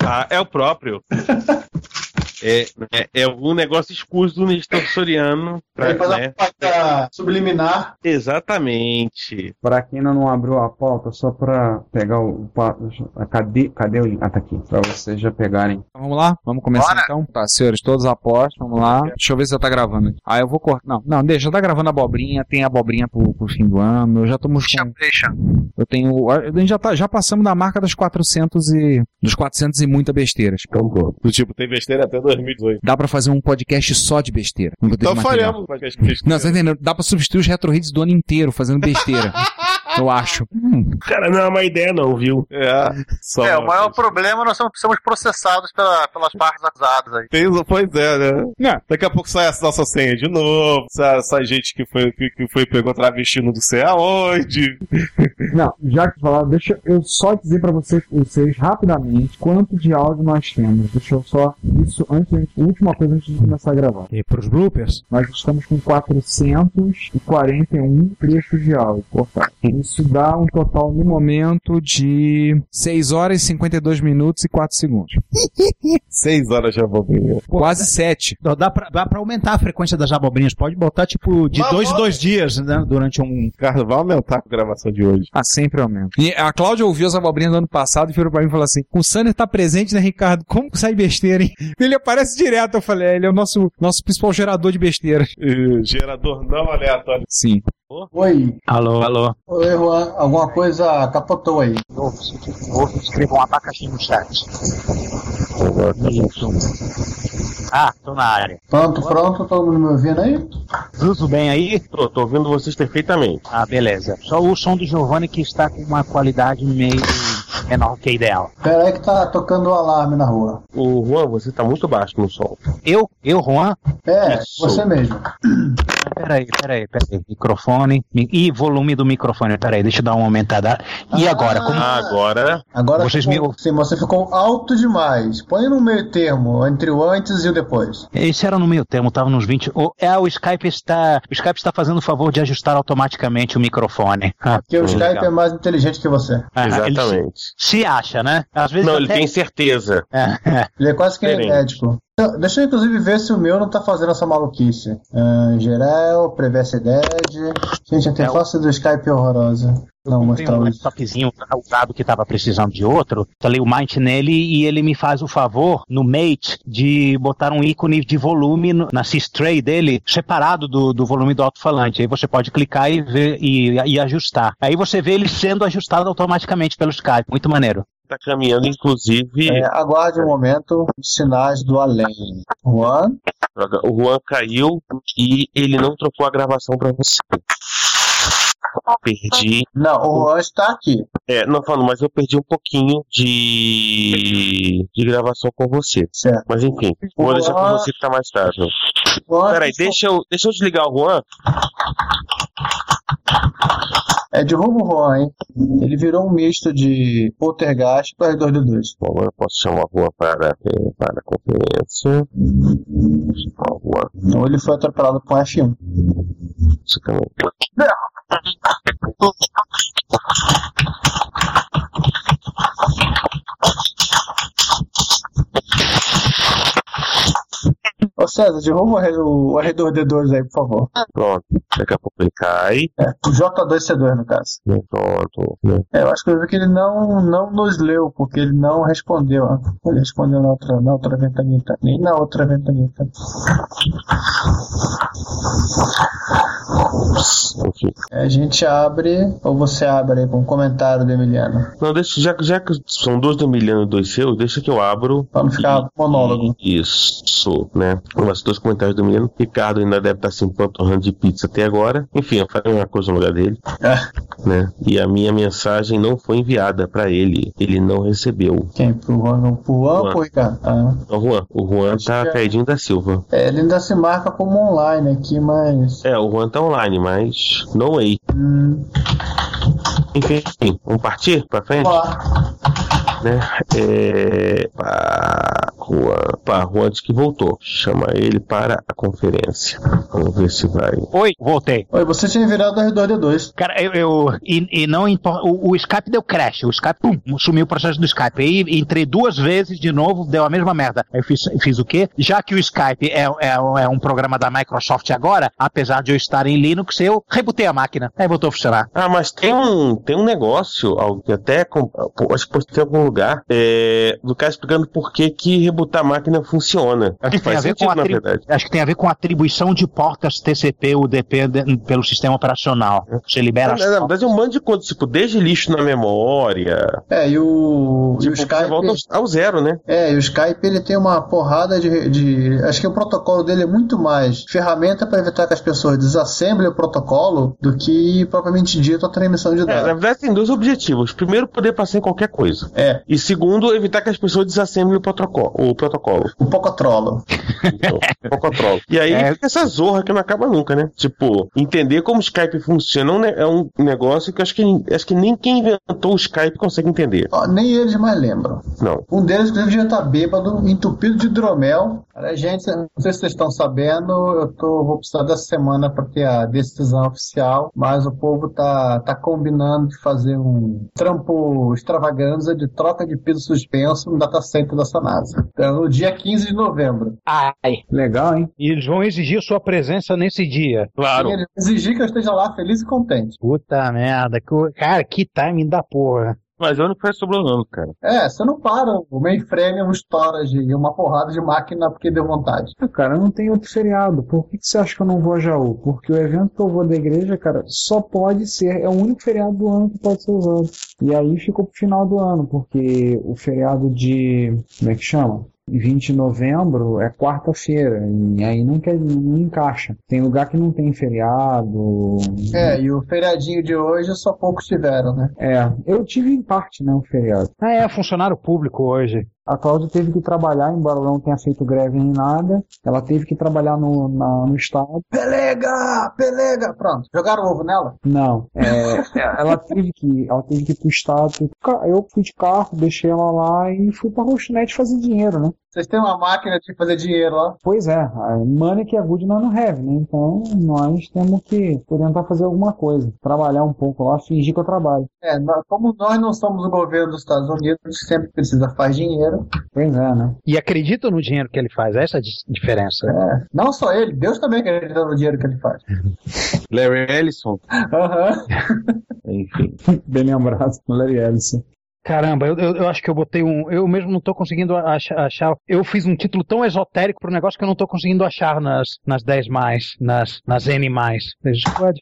Speaker 5: Ah, é o próprio. [LAUGHS] É, é, é um negócio escuso do Nestor Soriano. Pra,
Speaker 6: Ele faz
Speaker 5: né?
Speaker 6: Pra subliminar.
Speaker 5: Exatamente.
Speaker 22: Pra quem ainda não abriu a pauta, só pra pegar o. o pa- a- Cadê, cadê o link? Ah, tá aqui. Pra vocês já pegarem.
Speaker 3: Vamos lá? Vamos começar então? Tá, senhores, todos apostam, vamos lá. Deixa eu ver se já tá gravando aqui. Ah, eu vou cortar. Não, não, deixa, já tá gravando a abobrinha, tem a abobrinha pro, pro fim do ano. Eu já tô mostrando.
Speaker 24: Deixa.
Speaker 3: Eu tenho. A gente já, tá, já passamos da marca dos 400 e. dos 400 e muita besteiras. Então,
Speaker 2: Do tipo, tem besteira até 2018.
Speaker 3: Dá pra fazer um podcast só de besteira. Não vou ter
Speaker 2: Então
Speaker 3: material.
Speaker 2: faremos. vai, que é besteira.
Speaker 3: Não, você tá entendendo? Dá pra substituir os retro hits do ano inteiro fazendo besteira. eu acho.
Speaker 5: Cara, não é uma ideia, não, viu?
Speaker 2: É, só.
Speaker 24: É, o maior problema nós somos- somos processados pela- pelas partes acusadas aí.
Speaker 2: Tem, pois é, né? Daqui a pouco sai essa nossa senha de novo. Sai, sai gente que foi, que, que foi pegou travestindo do sei aonde.
Speaker 22: Não, já que falaram, deixa eu só dizer pra vocês, vocês rapidamente quanto de áudio nós temos. Deixa eu só. Isso antes, última coisa antes de começar a gravar.
Speaker 9: E pros bloopers?
Speaker 22: Nós estamos com 441 trechos de áudio cortado. Isso dá um total no
Speaker 3: Momento de 6 horas e 52 minutos e 4 segundos.
Speaker 2: Seis horas já vou abrir.
Speaker 3: Quase 7.
Speaker 9: Dá dá pra, dá pra aumentar a frequência das abobrinhas. Pode botar, tipo, de
Speaker 2: Mas
Speaker 9: dois em
Speaker 2: bota.
Speaker 9: dois dias, né? Durante um.
Speaker 2: Carlos, vai aumentar a gravação de hoje.
Speaker 3: Ah, sempre aumenta. E a Cláudia ouviu as abobrinhas do ano passado e virou pra mim e falou assim: o Sander tá presente, né, Ricardo? Como que sai besteira, hein? [LAUGHS] Ele aparece direto. Eu falei: é, ele é o nosso, nosso principal gerador de besteiras.
Speaker 2: Eh, Gerador não aleatório.
Speaker 3: Sim.
Speaker 6: Oi.
Speaker 9: Alô, alô.
Speaker 6: Oi, Juan. Alguma coisa capotou aí.
Speaker 24: Escreva um abacaxi no chat. Ah, tô na área.
Speaker 6: Pronto, pronto, todo mundo me ouvindo aí?
Speaker 9: Tudo bem aí?
Speaker 5: Tô, tô ouvindo vocês perfeitamente.
Speaker 9: Ah, beleza. Só o som do Giovanni que está com uma qualidade meio menor que a ideal.
Speaker 6: Pera aí que tá tocando o alarme na rua.
Speaker 5: O Juan, você tá muito baixo no som.
Speaker 9: Eu, eu, Juan?
Speaker 6: É,
Speaker 9: Isso.
Speaker 6: você mesmo.
Speaker 9: Peraí, peraí, peraí. Microfone. E volume do microfone. Peraí, deixa eu dar uma aumentada. E agora? Como...
Speaker 5: Ah, Agora.
Speaker 6: Agora
Speaker 9: Vocês
Speaker 6: ficou-
Speaker 9: me ou-
Speaker 6: sim, você ficou alto demais. Põe no meio termo, entre o antes e o depois.
Speaker 9: Esse era no meio termo, tava nos 20. O, é, o Skype está. O Skype está fazendo o favor de ajustar automaticamente o microfone. Ah,
Speaker 6: Porque o
Speaker 9: legal.
Speaker 6: Skype é mais inteligente que você.
Speaker 9: Ah, ele se-
Speaker 5: Exatamente.
Speaker 9: se, acha, né? Às vezes
Speaker 5: Não,
Speaker 9: até-
Speaker 5: ele tem certeza.
Speaker 6: Ele é quase que
Speaker 5: Diferente.
Speaker 6: médico. Então, Deixa eu inclusive ver se o meu não tá fazendo essa maluquice. Ah, geral, privacidade. Gente, a interface do Skype é horrorosa. Não,
Speaker 9: Tem um
Speaker 6: mostrar isso.
Speaker 9: laptopzinho usado que estava precisando de outro. Falei o Mint nele e ele me faz o favor, no Mate, de botar um ícone de volume no- na C-Stray dele, separado do, do volume do alto-falante. Aí você pode clicar e ver e, e ajustar. Aí você vê ele sendo ajustado automaticamente pelo Skype. Muito maneiro.
Speaker 5: Tá caminhando, inclusive.
Speaker 6: É, aguarde um momento, sinais do além. Juan?
Speaker 5: droga, O Juan caiu e ele não trocou a gravação pra você. Perdi.
Speaker 6: Não, o Juan está aqui.
Speaker 5: É, não falando, mas eu perdi um pouquinho de, de gravação com você.
Speaker 6: Certo.
Speaker 5: Mas enfim, vou
Speaker 6: Juan-
Speaker 5: deixar com você que tá mais estável.
Speaker 6: Juan,
Speaker 5: Peraí, deixa eu, deixa eu desligar o Juan.
Speaker 6: É de Robo Juan, hein? Ele virou um misto de poltergeist com R2D2.
Speaker 5: Bom, agora eu posso chamar o Juan para, eh, para a conferência. Ó, o Juan,
Speaker 6: Então ele foi atropelado com F1.
Speaker 5: você também.
Speaker 6: Ô César, derruba o R- o R2D2 aí, por favor.
Speaker 5: Pronto, daqui a pouco ele cai.
Speaker 6: É, o J2C2, no caso.
Speaker 5: Né, Pronto. né.
Speaker 6: É, eu acho que eu vi que ele não, não nos leu, porque ele não respondeu. né? Ele respondeu na outra, na outra ventanita. Nem na outra ventanita.
Speaker 5: Enfim.
Speaker 6: É, A gente abre, ou você abre aí com um comentário do Emiliano.
Speaker 5: Não, deixa, já, que- já que
Speaker 6: um
Speaker 5: são dois do Emiliano e dois seus, deixa que eu abro.
Speaker 6: Pra não ficar monólogo.
Speaker 5: Isso, né? Mas dois comentários do menino. Ricardo ainda deve estar se empanturrando de pizza até agora. Enfim, eu falei uma coisa no lugar dele. né? E a minha mensagem não foi enviada para ele. Ele não recebeu.
Speaker 6: Quem? Pro Juan? Pro Juan ou pro Ricardo? Ah.
Speaker 5: O Juan. O Juan tá
Speaker 6: que é-
Speaker 5: caidinho da Silva.
Speaker 6: É, ele ainda se marca como online aqui, mas. hum,
Speaker 5: É, o Juan tá online, mas não aí. Enfim, enfim, vamos partir pra frente? Né? É... pá, Juan, pá, Juan disse que voltou. Chama ele para a conferência. Vamos ver se vai.
Speaker 18: Oi, voltei.
Speaker 6: Oi, você tinha virado R2D2.
Speaker 18: Cara, eu. eu- e, e não impor- o, o Skype deu crash. O Skype, pum, sumiu o processo do Skype. Aí entrei duas vezes de novo, deu a mesma merda. Aí eu fiz, fiz o quê? Já que o Skype é, é- é um programa da Microsoft agora, apesar de eu estar em Linux, eu rebutei a máquina. Aí voltou a funcionar.
Speaker 5: Ah, mas tem um, tem um negócio, algo que até com- pô, acho que postei em algum lugar, é, do cara explicando por que, que rebutar a máquina funciona. Acho que
Speaker 18: Tem a
Speaker 5: faz
Speaker 18: ver com
Speaker 5: sentido, na
Speaker 18: atri-
Speaker 5: verdade.
Speaker 18: Acho que tem a ver com atribuição de portas TCP UDP de- pelo sistema operacional. Você libera
Speaker 5: Na,
Speaker 18: as
Speaker 5: na verdade, é um monte de coisa, tipo, desde lixo na memória.
Speaker 6: É, e o.
Speaker 5: Tipo, você volta ao- ao zero, né?
Speaker 6: É, e o Skype ele tem uma porrada de, de- Acho que o protocolo dele é muito mais ferramenta para evitar que as pessoas desassemblem o protocolo do que propriamente dito a transmissão de
Speaker 5: É,
Speaker 6: dados.
Speaker 5: na verdade, tem dois objetivos. Primeiro, poder passar em qualquer coisa.
Speaker 6: É.
Speaker 5: E segundo, evitar que as pessoas desassemblem o protocolo. O protocolo.
Speaker 6: O Pocotrolo.
Speaker 5: o Pocotrolo. [LAUGHS] E aí
Speaker 18: É.
Speaker 5: fica essa zorra que não acaba nunca, né? Tipo, entender como o Skype funciona é um ne- é um negócio que eu acho que, acho que nem quem inventou o Skype consegue entender.
Speaker 6: Ó, nem eles mais lembram.
Speaker 5: Não.
Speaker 6: Um deles, inclusive, já tá bêbado, entupido de hidromel. Cara, gente, não sei se vocês estão sabendo, eu tô, vou precisar dessa semana para ter a decisão oficial, mas o povo tá, tá combinando de fazer um trampo extravaganza de troca de piso suspenso no data center da Sanasa. Então, no dia 15 de novembro.
Speaker 25: Ai.
Speaker 3: Legal, hein?
Speaker 25: E eles vão exigir sua presença nesse dia.
Speaker 5: Claro.
Speaker 6: Eles exigir que eu esteja lá feliz e contente.
Speaker 25: Puta merda. que- Cara, que timing da porra.
Speaker 5: Mas eu não foi sobrenome, cara.
Speaker 6: É, você não para. O mainframe é um storage e uma porrada de máquina porque deu vontade.
Speaker 3: Ah, Cara, não tem outro feriado. Por que, que você acha que eu não vou a Jaú? Porque o evento que eu vou da igreja, cara, só pode ser. É o único feriado do ano que pode ser usado. E aí ficou pro final do ano, porque o feriado de. Como é que chama? 20 de novembro é quarta-feira. E aí não, quer, não encaixa. Tem lugar que não tem feriado.
Speaker 6: É, e o feriadinho de hoje só poucos tiveram, né?
Speaker 3: É, eu tive em parte, né, um feriado.
Speaker 25: Ah, é, funcionário público hoje.
Speaker 3: A Cláudia teve que trabalhar, embora ela não tenha feito greve nem nada. Ela teve que trabalhar no, na- no estado.
Speaker 6: Pelega! Pelega! Pronto, jogaram ovo nela?
Speaker 3: Não, é, ela teve que, ela teve que ir pro estado. Ca- Eu fui de carro, deixei ela lá e fui pra Rochonete fazer dinheiro, né?
Speaker 6: Vocês têm uma máquina de fazer dinheiro lá?
Speaker 3: Pois é, a money que é good nós não have, né? Então nós temos que tentar fazer alguma coisa, trabalhar um pouco lá, fingir que eu trabalho.
Speaker 6: É, nó- como nós não somos o governo dos Estados Unidos, que sempre precisa faz dinheiro.
Speaker 3: Pois é, né?
Speaker 25: E acreditam no dinheiro que ele faz. Essa é a di- diferença.
Speaker 6: É, não só ele, Deus também acredita no dinheiro que ele faz.
Speaker 5: Larry Ellison.
Speaker 6: Aham.
Speaker 5: Enfim.
Speaker 3: Bem lembrado, [LAUGHS] Larry Ellison.
Speaker 25: Caramba, eu, eu- eu acho que eu botei um. Eu mesmo não tô conseguindo ach- achar. Eu fiz um título tão esotérico pro negócio que eu não tô conseguindo achar nas, nas 10 mais, nas, nas N mais.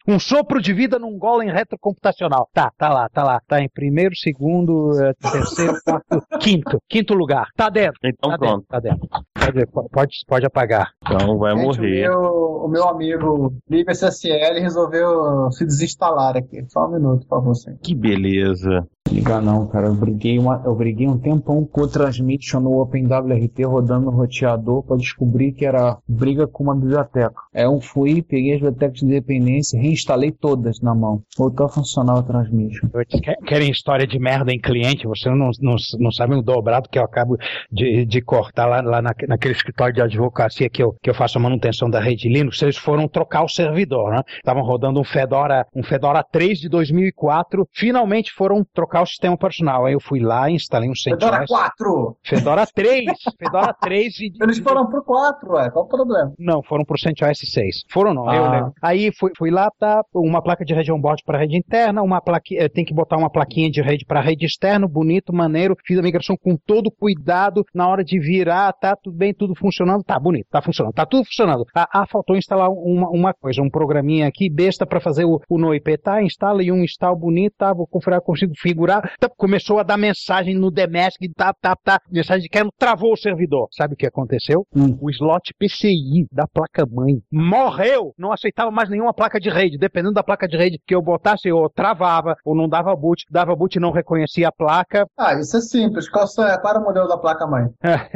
Speaker 25: Um sopro de vida num golem retrocomputacional. Tá, tá lá, tá lá. Tá em primeiro, segundo, eh, terceiro, quarto, quinto. Quinto lugar. Tá dentro.
Speaker 5: Então
Speaker 25: tá
Speaker 5: pronto.
Speaker 25: Dentro, tá dentro. Pode, pode, pode apagar.
Speaker 5: Então vai
Speaker 6: Gente,
Speaker 5: morrer.
Speaker 6: O meu, o meu amigo Libre SSL resolveu se desinstalar aqui. Só um minuto, por favor. Sim.
Speaker 5: Que beleza.
Speaker 3: Liga não, cara. Eu briguei, uma, eu briguei um tempão com o Transmission no OpenWRT rodando no roteador pra descobrir que era briga com uma biblioteca. Aí eu fui, peguei as bibliotecas de dependência e reinstalei todas na mão. Voltou a funcionar o Transmission.
Speaker 25: Eu te- que- Querem história de merda em cliente, você não, não, não sabe o dobrado que eu acabo de, de cortar lá, lá na, naquele escritório de advocacia que eu, que eu faço a manutenção da rede Linux. Eles foram trocar o servidor, né? Estavam rodando um Fedora, um Fedora 3 de 2004, finalmente foram trocar o sistema operacional. Aí eu fui lá, instalei um
Speaker 6: Fedora
Speaker 25: CentOS.
Speaker 6: 4!
Speaker 25: Fedora
Speaker 6: [LAUGHS]
Speaker 25: 3, Fedora 3 e...
Speaker 6: Eles foram pro 4, ué. Qual o problema?
Speaker 25: Não, foram pro CentOS 6. Foram não, eu
Speaker 6: Ah.
Speaker 25: lembro. né? Aí fui, fui lá, tá, uma placa de rede on-board para rede interna, uma plaquinha, eh, tem que botar uma plaquinha de rede para rede externa, bonito, maneiro, fiz a migração com todo cuidado na hora de virar, tá tudo bem, tudo funcionando, tá bonito, tá funcionando, tá tudo funcionando. Ah, ah, faltou instalar uma, uma coisa, um programinha aqui,
Speaker 9: Então,
Speaker 25: besta para fazer o, o NoIP, tá, instala e um install bonito, tá, vou configurar, consigo configurar, tá, começou
Speaker 9: pessoa dá mensagem no Demask, tá, tá, tá, mensagem de quero, travou o servidor. Sabe o que aconteceu? O slot PCI da placa-mãe morreu. Não aceitava mais nenhuma placa de rede. Dependendo da placa de rede que eu botasse, eu travava ou não dava boot. Dava boot e não reconhecia a placa.
Speaker 6: Ah, isso é simples. Qual, é, qual era o modelo da placa-mãe?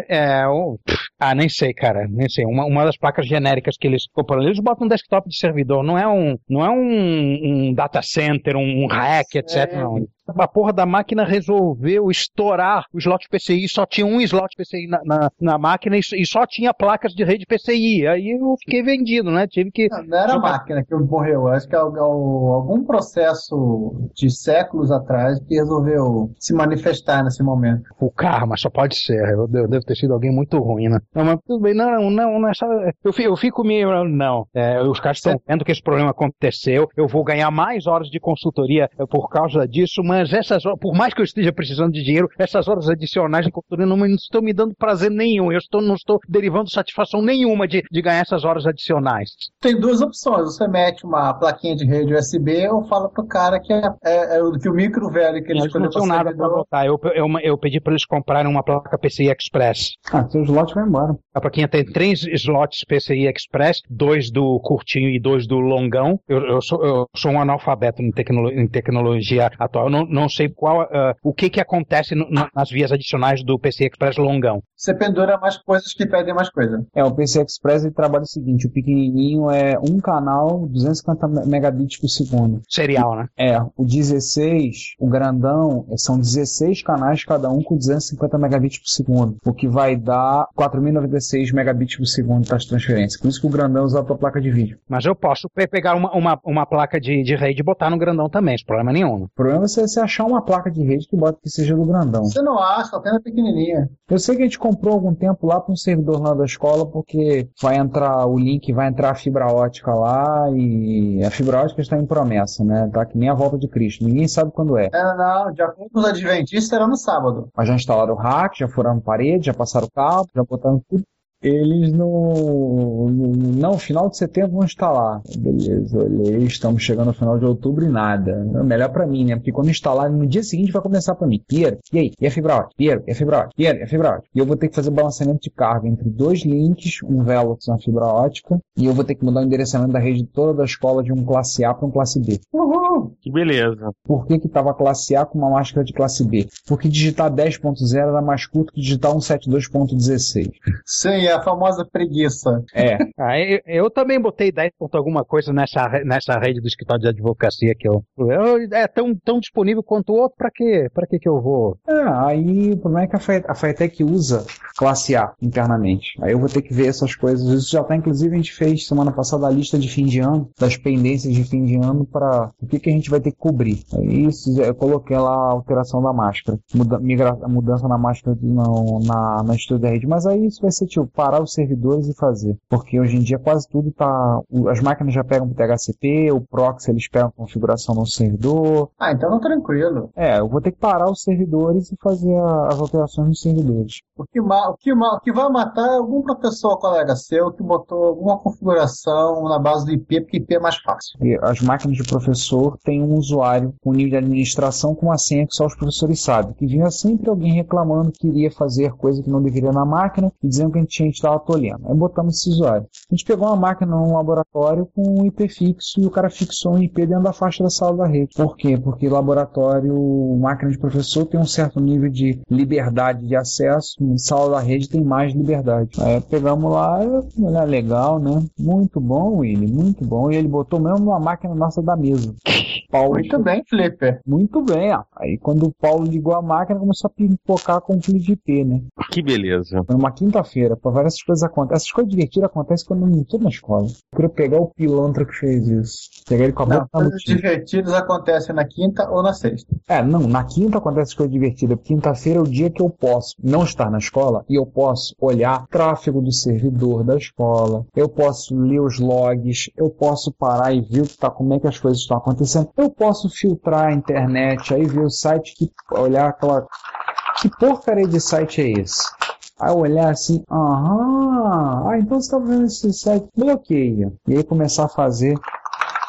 Speaker 9: É, um- ah, nem sei, cara, nem sei. Uma, uma das placas genéricas que eles compram, eles botam um desktop de servidor, não é um, não é um, um data center, um, um rack, etc. Não. A porra da máquina resolveu estourar o slot PCI, só tinha um slot PCI na, na, na máquina e, e só tinha placas de rede PCI. Aí eu fiquei vendido, né? Tive que.
Speaker 6: Não era a máquina que morreu, acho que é al- al- algum processo de séculos atrás que resolveu se manifestar nesse momento.
Speaker 9: O karma só pode ser. Eu, de- eu devo ter sido alguém muito ruim, né? Não, mas tudo bem, não, não, não é só. Eu fi- eu fico, meio. Não. É, os caras estão vendo que esse problema aconteceu. Eu vou ganhar mais horas de consultoria eh, por causa disso, mas essas horas, por mais que eu esteja precisando de dinheiro, essas horas adicionais de consultoria não, me- não estão me dando prazer nenhum. Eu estou, não estou derivando satisfação nenhuma de, de ganhar essas horas adicionais.
Speaker 6: Tem duas opções, você mete uma plaquinha de rede USB ou fala pro cara que, é, é- é o- que o micro velho que ele
Speaker 9: Eles não
Speaker 6: escolheu
Speaker 9: tinham
Speaker 6: pra
Speaker 9: nada
Speaker 6: servidor-
Speaker 9: para botar. Eu, eu, eu pedi para eles comprarem uma placa PCI Express.
Speaker 3: Ah, seu slot vai embora.
Speaker 9: A plaquinha tem três slots PCI Express, dois do curtinho e dois do longão. Eu, eu sou, eu sou um analfabeto em, tecno- em tecnologia atual. Eu não, não sei qual ah, o que, que acontece no- na- nas vias adicionais do PCI Express longão.
Speaker 6: Você pendura mais coisas que pedem mais coisa.
Speaker 3: É, o PC Express ele trabalha o seguinte: o pequenininho é um canal, 250 me- megabits por segundo.
Speaker 9: Serial, né?
Speaker 3: É, o 16, o grandão, é, são 16 canais, cada um com 250 megabits por segundo, o que vai dar 4.096 megabits por segundo para as transferências. Por isso que o grandão usa a tua placa de vídeo.
Speaker 9: Mas eu posso pe- pegar uma, uma, uma placa de, de rede e botar no grandão também, sem problema nenhum. né?
Speaker 3: O problema é você você achar uma placa de rede que bota que seja do grandão.
Speaker 6: Você não acha, apenas pequenininha.
Speaker 3: Eu sei que a gente comprou algum tempo lá para um servidor lá da escola, porque vai entrar o link, vai entrar a fibra ótica lá e a fibra ótica está em promessa, né? Tá que nem a volta de Cristo, ninguém sabe quando é.
Speaker 6: É, não, de acordo com os adventistas era no sábado.
Speaker 3: Mas já instalaram o hack, já furaram parede, já passaram cabo, já botaram tudo. Eles no, no- Não, final de setembro vão instalar. Beleza, olhei, estamos chegando ao final de outubro e nada. Melhor pra mim, né? Porque quando instalar, no dia seguinte vai começar pra mim. Piero, e aí? E a fibra ótica? Piero, e a fibra ótica? Piero, e a fibra ótica? E eu vou ter que fazer o balanceamento de carga entre dois links, um Velox e uma fibra ótica, e eu vou ter que mudar o endereçamento da rede toda da escola de um classe A pra um classe B.
Speaker 6: Uhul!
Speaker 5: Que beleza.
Speaker 3: Por que que estava classe A com uma máscara de classe B? Porque digitar 10.0 era mais curto que digitar 172.16.
Speaker 6: Sim, é a famosa preguiça.
Speaker 3: É.
Speaker 9: [LAUGHS] Ah, eu, eu também botei 10 ponto alguma coisa nessa, re- nessa rede do escritório de advocacia que eu. eu- é tão, tão disponível quanto o outro, pra quê? Pra quê que eu vou?
Speaker 3: É, aí o problema é que a Fe- a Fetec usa classe A internamente. Aí eu vou ter que ver essas coisas. Isso já tá, inclusive, a gente fez semana passada a lista de fim de ano, das pendências de fim de ano, para o que, que a gente vai ter que cobrir. Aí isso, eu coloquei lá a alteração da máscara, muda, migra- a mudança na máscara do- É no- na, na estrutura da rede. Mas aí isso vai ser tipo parar os servidores e fazer. Porque hoje em dia quase tudo tá. o- As máquinas já pegam o DHCP, o proxy eles pegam a configuração no servidor.
Speaker 6: Ah, então tá tranquilo.
Speaker 3: É, eu vou ter que parar os servidores e fazer a- as alterações nos servidores.
Speaker 6: O que, ma- o, que ma- o que vai matar é algum professor colega seu que botou alguma configuração na base do IP, porque IP é mais fácil.
Speaker 3: E as máquinas de professor têm um usuário com nível de administração com uma senha que um só os professores sabem. Que vinha sempre alguém reclamando que iria fazer coisa que não deveria na máquina e dizendo que a gente tinha que estar atolhando. Aí botamos esse usuário. A gente pegou uma máquina num laboratório com um IP fixo e o cara fixou um IP dentro da faixa da sala da rede. Por quê? Porque laboratório, máquina de professor tem um certo nível de liberdade de acesso, em sala da rede tem mais liberdade. Aí pegamos lá, olha, legal, né? Muito bom, Willy, muito bom. E ele botou mesmo uma máquina nossa da mesa. Paulo,
Speaker 6: Muito bem, Flipper.
Speaker 3: Muito bem, ó. Aí quando o Paulo ligou a máquina, começou a pipocar com o filho de IP, né?
Speaker 5: Que beleza.
Speaker 3: Foi uma quinta-feira, pô, várias coisas acontecem. Essas coisas divertidas acontecem quando eu não tô na escola. Eu queria pegar o pilantra que fez isso. Pegar ele com a boca
Speaker 6: Não,
Speaker 3: na
Speaker 6: coisas
Speaker 3: mochila.
Speaker 6: divertidas acontecem na quinta ou na sexta.
Speaker 3: É, não, na quinta acontece coisa divertida. Quinta-feira é o dia que eu posso não estar na escola e eu posso olhar tráfego do servidor da escola, eu posso ler os logs, eu posso parar e ver o que tá, como é que as coisas estão acontecendo, eu posso filtrar a internet, aí ver o site que olhar aquela. Que porcaria de site é esse? Aí eu olhar assim, aham, ah, então você tá vendo esse site, bloqueia. E aí começar a fazer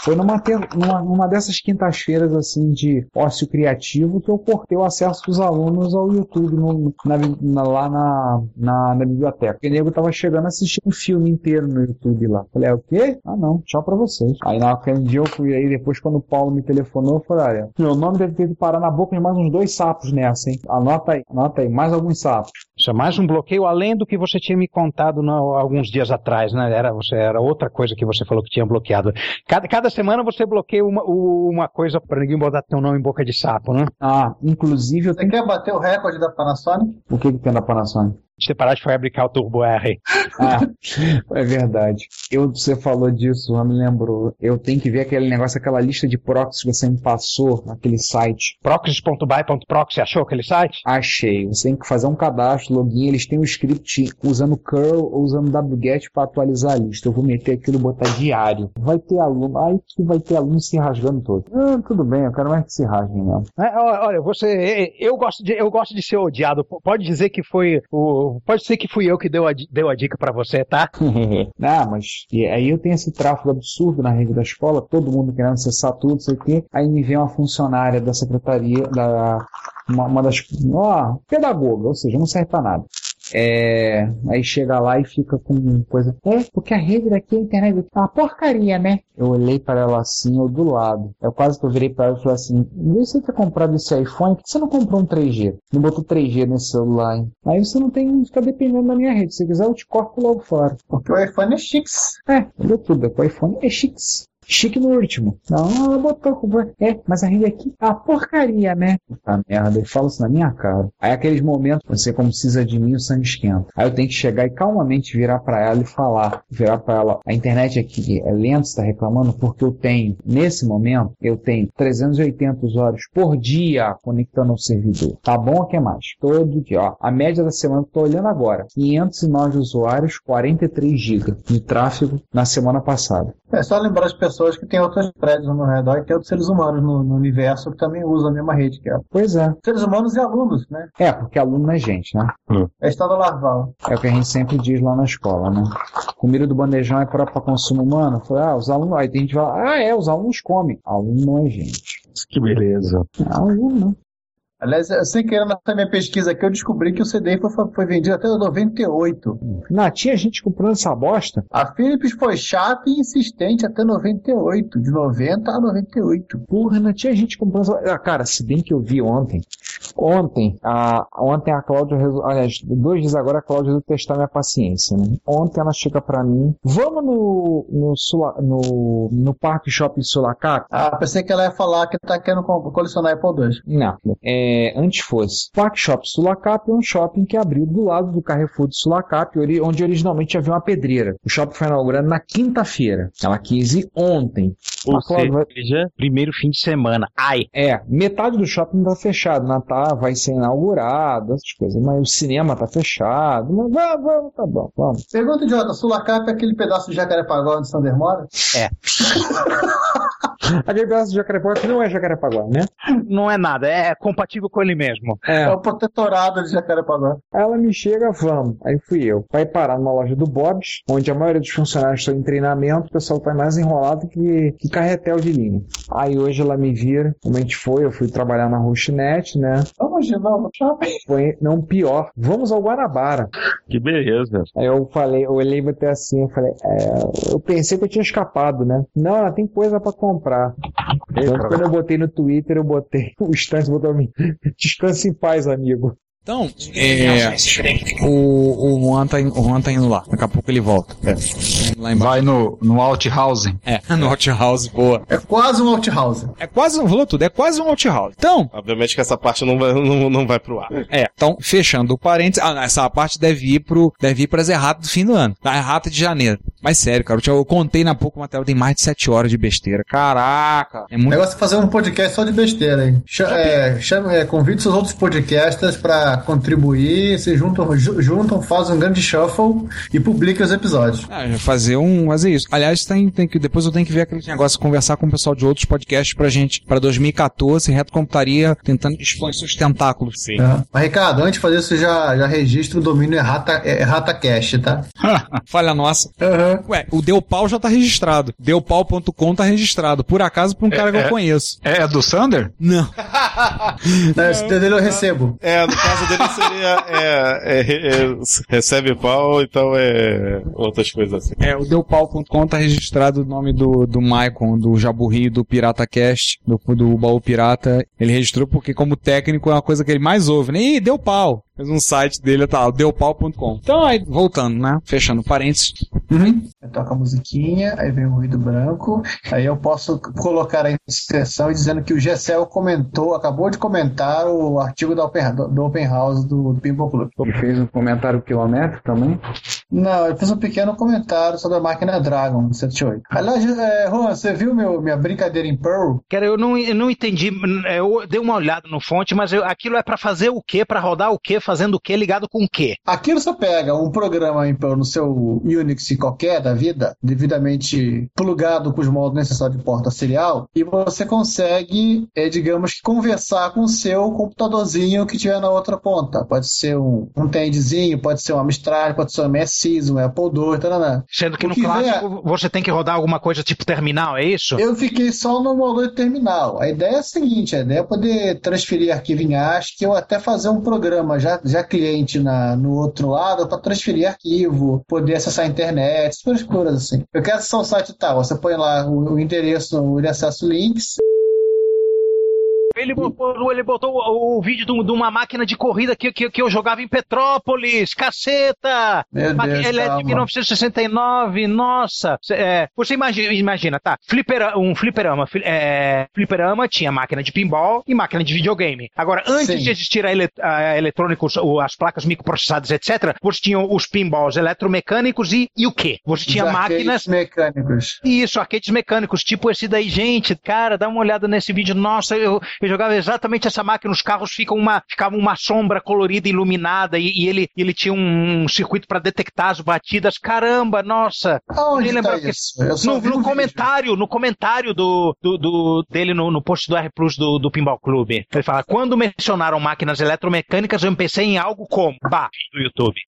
Speaker 3: Foi numa, ter- numa, numa dessas quintas-feiras, assim, de ócio criativo, que eu cortei o acesso dos alunos ao YouTube no- na bi- na- lá na, na, na biblioteca. Porque o nego tava chegando a assistir um filme inteiro no YouTube lá. Falei, é o quê? Ah, não, tchau pra vocês. Aí naquele um dia eu fui aí, depois quando o Paulo me telefonou, eu falei, olha, meu nome deve ter ido parar na boca de mais uns dois sapos nessa, hein? Anota aí, anota aí, mais alguns sapos.
Speaker 18: Isso é mais um bloqueio além do que você tinha me contado na- alguns dias atrás, né? Era, você, era outra coisa que você falou que tinha bloqueado. Cada, cada semana você bloqueia uma, u- uma coisa para ninguém botar teu nome em boca de sapo, né?
Speaker 3: Ah, inclusive eu
Speaker 6: Você quer bater o recorde da Panasonic?
Speaker 3: O que que tem na Panasonic?
Speaker 18: Você parar de fabricar o Turbo R.
Speaker 3: Ah, é verdade. Eu, você falou disso, já me lembrou. Eu tenho que ver aquele negócio, aquela lista de proxies que você me passou, aquele site.
Speaker 18: Proxies.by.proxy, achou aquele site?
Speaker 3: Achei. Você tem que fazer um cadastro, login, eles têm um script usando curl ou usando wget para atualizar a lista. Eu vou meter aquilo e botar diário. Vai ter aluno, ai que vai ter aluno se rasgando todo. Ah, tudo bem, eu quero mais que se rasguem mesmo.
Speaker 18: É, ó- Olha, você, eu gosto de, eu gosto de ser odiado. P- Pode dizer que foi o, pode ser que fui eu que deu a, di- deu a dica pra você, tá?
Speaker 3: ah, mas e aí eu tenho esse tráfego absurdo na rede da escola, todo mundo querendo acessar tudo, sei o quê. Aí me vem uma funcionária da secretaria, da, uma, uma das. Ó, pedagoga, ou seja, não serve pra nada. É, aí chega lá e fica com coisa. É, porque a rede daqui, a internet daqui, tá uma porcaria, né? Eu olhei para ela assim, eu do lado. Eu quase que eu virei para ela e falei assim: em vez de você ter comprado esse iPhone, por que você não comprou um 3G? Não botou 3G nesse celular, hein? Aí você não tem que ficar dependendo da minha rede. Se quiser, eu te corto logo fora. Porque o iPhone é chiques. É, deu tudo. O iPhone é chiques. Chique no último. Não, ela botou. comprou. É, mas a rede aqui, a porcaria, né? Puta merda, ele fala isso na minha cara. Aí aqueles momentos, você como precisa de mim, o sangue esquenta. Aí eu tenho que chegar e calmamente virar pra ela e falar, virar pra ela, a internet aqui é lenta, você tá reclamando, porque eu tenho, nesse momento, eu tenho 380 usuários por dia conectando ao servidor. Tá bom ou quer mais? Todo dia, ó. A média da semana, tô olhando agora, 509 usuários, 43 GB de tráfego na semana passada.
Speaker 6: É só lembrar as pessoas que tem outros prédios no redor e tem outros seres humanos no, no universo que também usam a mesma rede que ela.
Speaker 3: Pois é.
Speaker 6: Seres humanos e alunos, né?
Speaker 3: É, porque aluno não é gente, né?
Speaker 6: É estado larval.
Speaker 3: É o que a gente sempre diz lá na escola, né? Comida do bandejão é própria para consumo humano? Eu Falei, ah, os alunos. Aí tem gente que fala, ah, é, os alunos comem. Aluno não é gente.
Speaker 5: Que beleza.
Speaker 3: Aluno não.
Speaker 6: Aliás, eu- sem querer nessa minha pesquisa aqui, eu descobri que o CD foi, foi vendido até 98.
Speaker 3: Não, tinha gente comprando essa bosta.
Speaker 6: A Philips foi chata e insistente até 98. De 90 a 98.
Speaker 3: Porra, não tinha gente comprando essa. Ah, cara, se bem que eu vi ontem. Ontem, a, ontem a Cláudia. resol- Aliás, dois dias agora a Cláudia resolveu testar minha paciência, né? Ontem ela chega pra mim. Vamos no. no, Sula, no, no Parque Shopping Sulacap?
Speaker 6: Ah, pensei que ela ia falar que tá querendo co- colecionar Apple II.
Speaker 3: Não, é, antes fosse. O Park Shop Sulacap é um shopping que abriu do lado do Carrefour de Sulacap, ori- onde originalmente havia uma pedreira. O shopping foi inaugurado na quinta-feira. Ela quis ir ontem.
Speaker 18: Ou
Speaker 3: A Cláudia vai-
Speaker 18: Primeiro fim de semana. Ai.
Speaker 3: É, metade do shopping tá fechado. Natal vai ser inaugurado, essas coisas. Mas o cinema tá fechado. Mas vamos, vamos, tá bom, vamos.
Speaker 6: Pergunta idiota, Sulacap é aquele pedaço de Jacarepaguá onde Sander mora?
Speaker 18: É.
Speaker 3: Aquele pedaço de Jacarepaguá que não é Jacarepaguá, né?
Speaker 18: Não é nada, é compatível com ele mesmo.
Speaker 3: É.
Speaker 6: o protetorado de Jacarepaguá.
Speaker 3: Aí Ela me chega, vamos. Aí fui eu. Vai parar numa loja do Bob's, onde a maioria dos funcionários estão em treinamento, o pessoal tá mais enrolado que, que carretel de linha. Aí hoje ela me vira, como a gente foi, eu fui trabalhar na Rochinet, né?
Speaker 6: Vamos de novo no shopping?
Speaker 3: Foi, não, pior. Vamos ao Guanabara.
Speaker 5: Que beleza.
Speaker 3: Aí eu falei, eu olhei até assim, eu falei, é, eu pensei que eu tinha escapado, né? Não, ela tem coisa pra comprar. Tanto que quando eu botei no Twitter, eu botei, [LAUGHS] o Stans botou a mim, descanse em paz, amigo.
Speaker 12: Então, é, o, o Juan tá, in- o Juan tá indo lá. Daqui a pouco ele volta. É. Lá embaixo. Vai no, no Outhousing. É, [LAUGHS] no Outhousing, boa.
Speaker 6: É quase um Outhousing.
Speaker 12: É quase um, falou tudo, é quase um Outhousing. Então,
Speaker 13: Obviamente que essa parte não vai, não, não vai pro ar.
Speaker 12: É, então, fechando o parênteses, ah, não, essa parte deve ir pro, deve ir pras erratas do fim do ano, tá? Errata de janeiro. Mas sério, cara, eu, tinha- eu contei na pouco uma tela, tem mais de 7 horas de besteira. Caraca! É
Speaker 6: O
Speaker 12: muito...
Speaker 6: negócio é fazer um podcast só de besteira, hein? Cha- é, chama- é, convide seus outros podcasters pra contribuir, se juntam, ju- juntam, fazem um grande shuffle e publiquem os episódios.
Speaker 12: Ah, já fazer um, fazer isso. Aliás, tem, tem que, depois eu tenho que ver aquele negócio, conversar com o pessoal de outros podcasts pra gente, pra 2014, Reto Computaria, tentando expor seus tentáculos. Sim.
Speaker 6: Tá? Mas, Ricardo, antes de fazer isso, já, já registra o domínio errata, é, erratacash, tá?
Speaker 12: Ah, Falha nossa.
Speaker 6: Aham.
Speaker 3: Ué, o Deu Pau já tá registrado. Deupau.com tá registrado. Por acaso, pra um cara que eu
Speaker 26: é-
Speaker 3: conheço.
Speaker 26: É do Sander?
Speaker 3: Não.
Speaker 6: Esse dele É, eu recebo.
Speaker 5: É, no caso dele seria. É, é, re- é, s- recebe pau, então é. Outras coisas assim.
Speaker 3: É, o deupau.com tá registrado o nome do, do Maicon, do Jaburri, do PirataCast, do, do Baú Pirata. Ele registrou porque, como técnico, é uma coisa que ele mais ouve. né? Ih, deu pau. Mas um site dele tá lá, deupau.com. Então, aí, voltando, né? Fechando parênteses.
Speaker 6: Toca a musiquinha, aí vem o ruído branco. Aí eu posso colocar a inscrição dizendo que o Gessel comentou, acabou de comentar o artigo da open, do, do Open House do, do Pinball Club.
Speaker 27: E fez um comentário quilométrico também?
Speaker 6: Não, eu fiz um pequeno comentário sobre a máquina Dragon do 78. Aliás, é, Juan, você viu meu, minha brincadeira em Pearl?
Speaker 9: Cara, eu não, eu não entendi. n- Eu dei uma olhada no fonte, mas eu- aquilo é pra fazer o quê? Pra rodar o quê? Fazendo o quê? Ligado com o quê?
Speaker 6: Aqui você pega um programa em Perl no seu Unix qualquer da vida, devidamente plugado com os modos necessários de porta serial, e você consegue, eh, digamos que, conversar com o seu computadorzinho que tiver na outra ponta. Pode ser um, um TENDzinho, pode ser um Amstrad, pode ser um MSX, um Apple II, tal.
Speaker 9: Sendo que no clássico você tem que rodar alguma coisa tipo terminal, é isso?
Speaker 6: Eu fiquei só no modo terminal. A ideia é a seguinte: a ideia é poder transferir arquivo em ASCII ou até fazer um programa já, já cliente na, no outro lado para transferir arquivo, poder acessar a internet, essas coisas assim. Eu quero acessar o site tal, você põe lá o, o endereço, onde acessa o links.
Speaker 9: Ele botou, ele botou o, o vídeo de, um- de uma máquina de corrida que, que, que eu jogava em Petrópolis, caceta!
Speaker 6: Meu
Speaker 9: Maqui-
Speaker 6: Deus,
Speaker 9: ele é
Speaker 6: calma.
Speaker 9: de 1969, nossa! Cê- é, você imagina, imagina tá? Flipera, um fliperama. fli- é, fliperama tinha máquina de pinball e máquina de videogame. Agora, antes
Speaker 6: Sim.
Speaker 9: de existir a, ele, a eletrônicos, o- as placas microprocessadas, etc., você tinha os pinballs eletromecânicos e, e o quê? Você tinha
Speaker 6: Os arcades
Speaker 9: máquinas
Speaker 6: mecânicos.
Speaker 9: isso, arcades mecânicos, tipo esse daí, gente, cara, dá uma olhada nesse vídeo. Nossa, eu, eu jogava exatamente essa máquina, os carros ficam uma, ficavam uma sombra colorida, iluminada, e, e ele, ele tinha um circuito para detectar as batidas. Caramba, nossa!
Speaker 6: Aonde
Speaker 9: Nem
Speaker 6: tá
Speaker 9: lembrava
Speaker 6: isso? Eu só
Speaker 9: no,
Speaker 6: vi
Speaker 9: no
Speaker 6: um
Speaker 9: comentário, no comentário do, do- do- dele no, no post do R Plus do, do Pinball Clube. Ele fala: quando mencionaram máquinas eletromecânicas, eu pensei em algo como bah, do YouTube.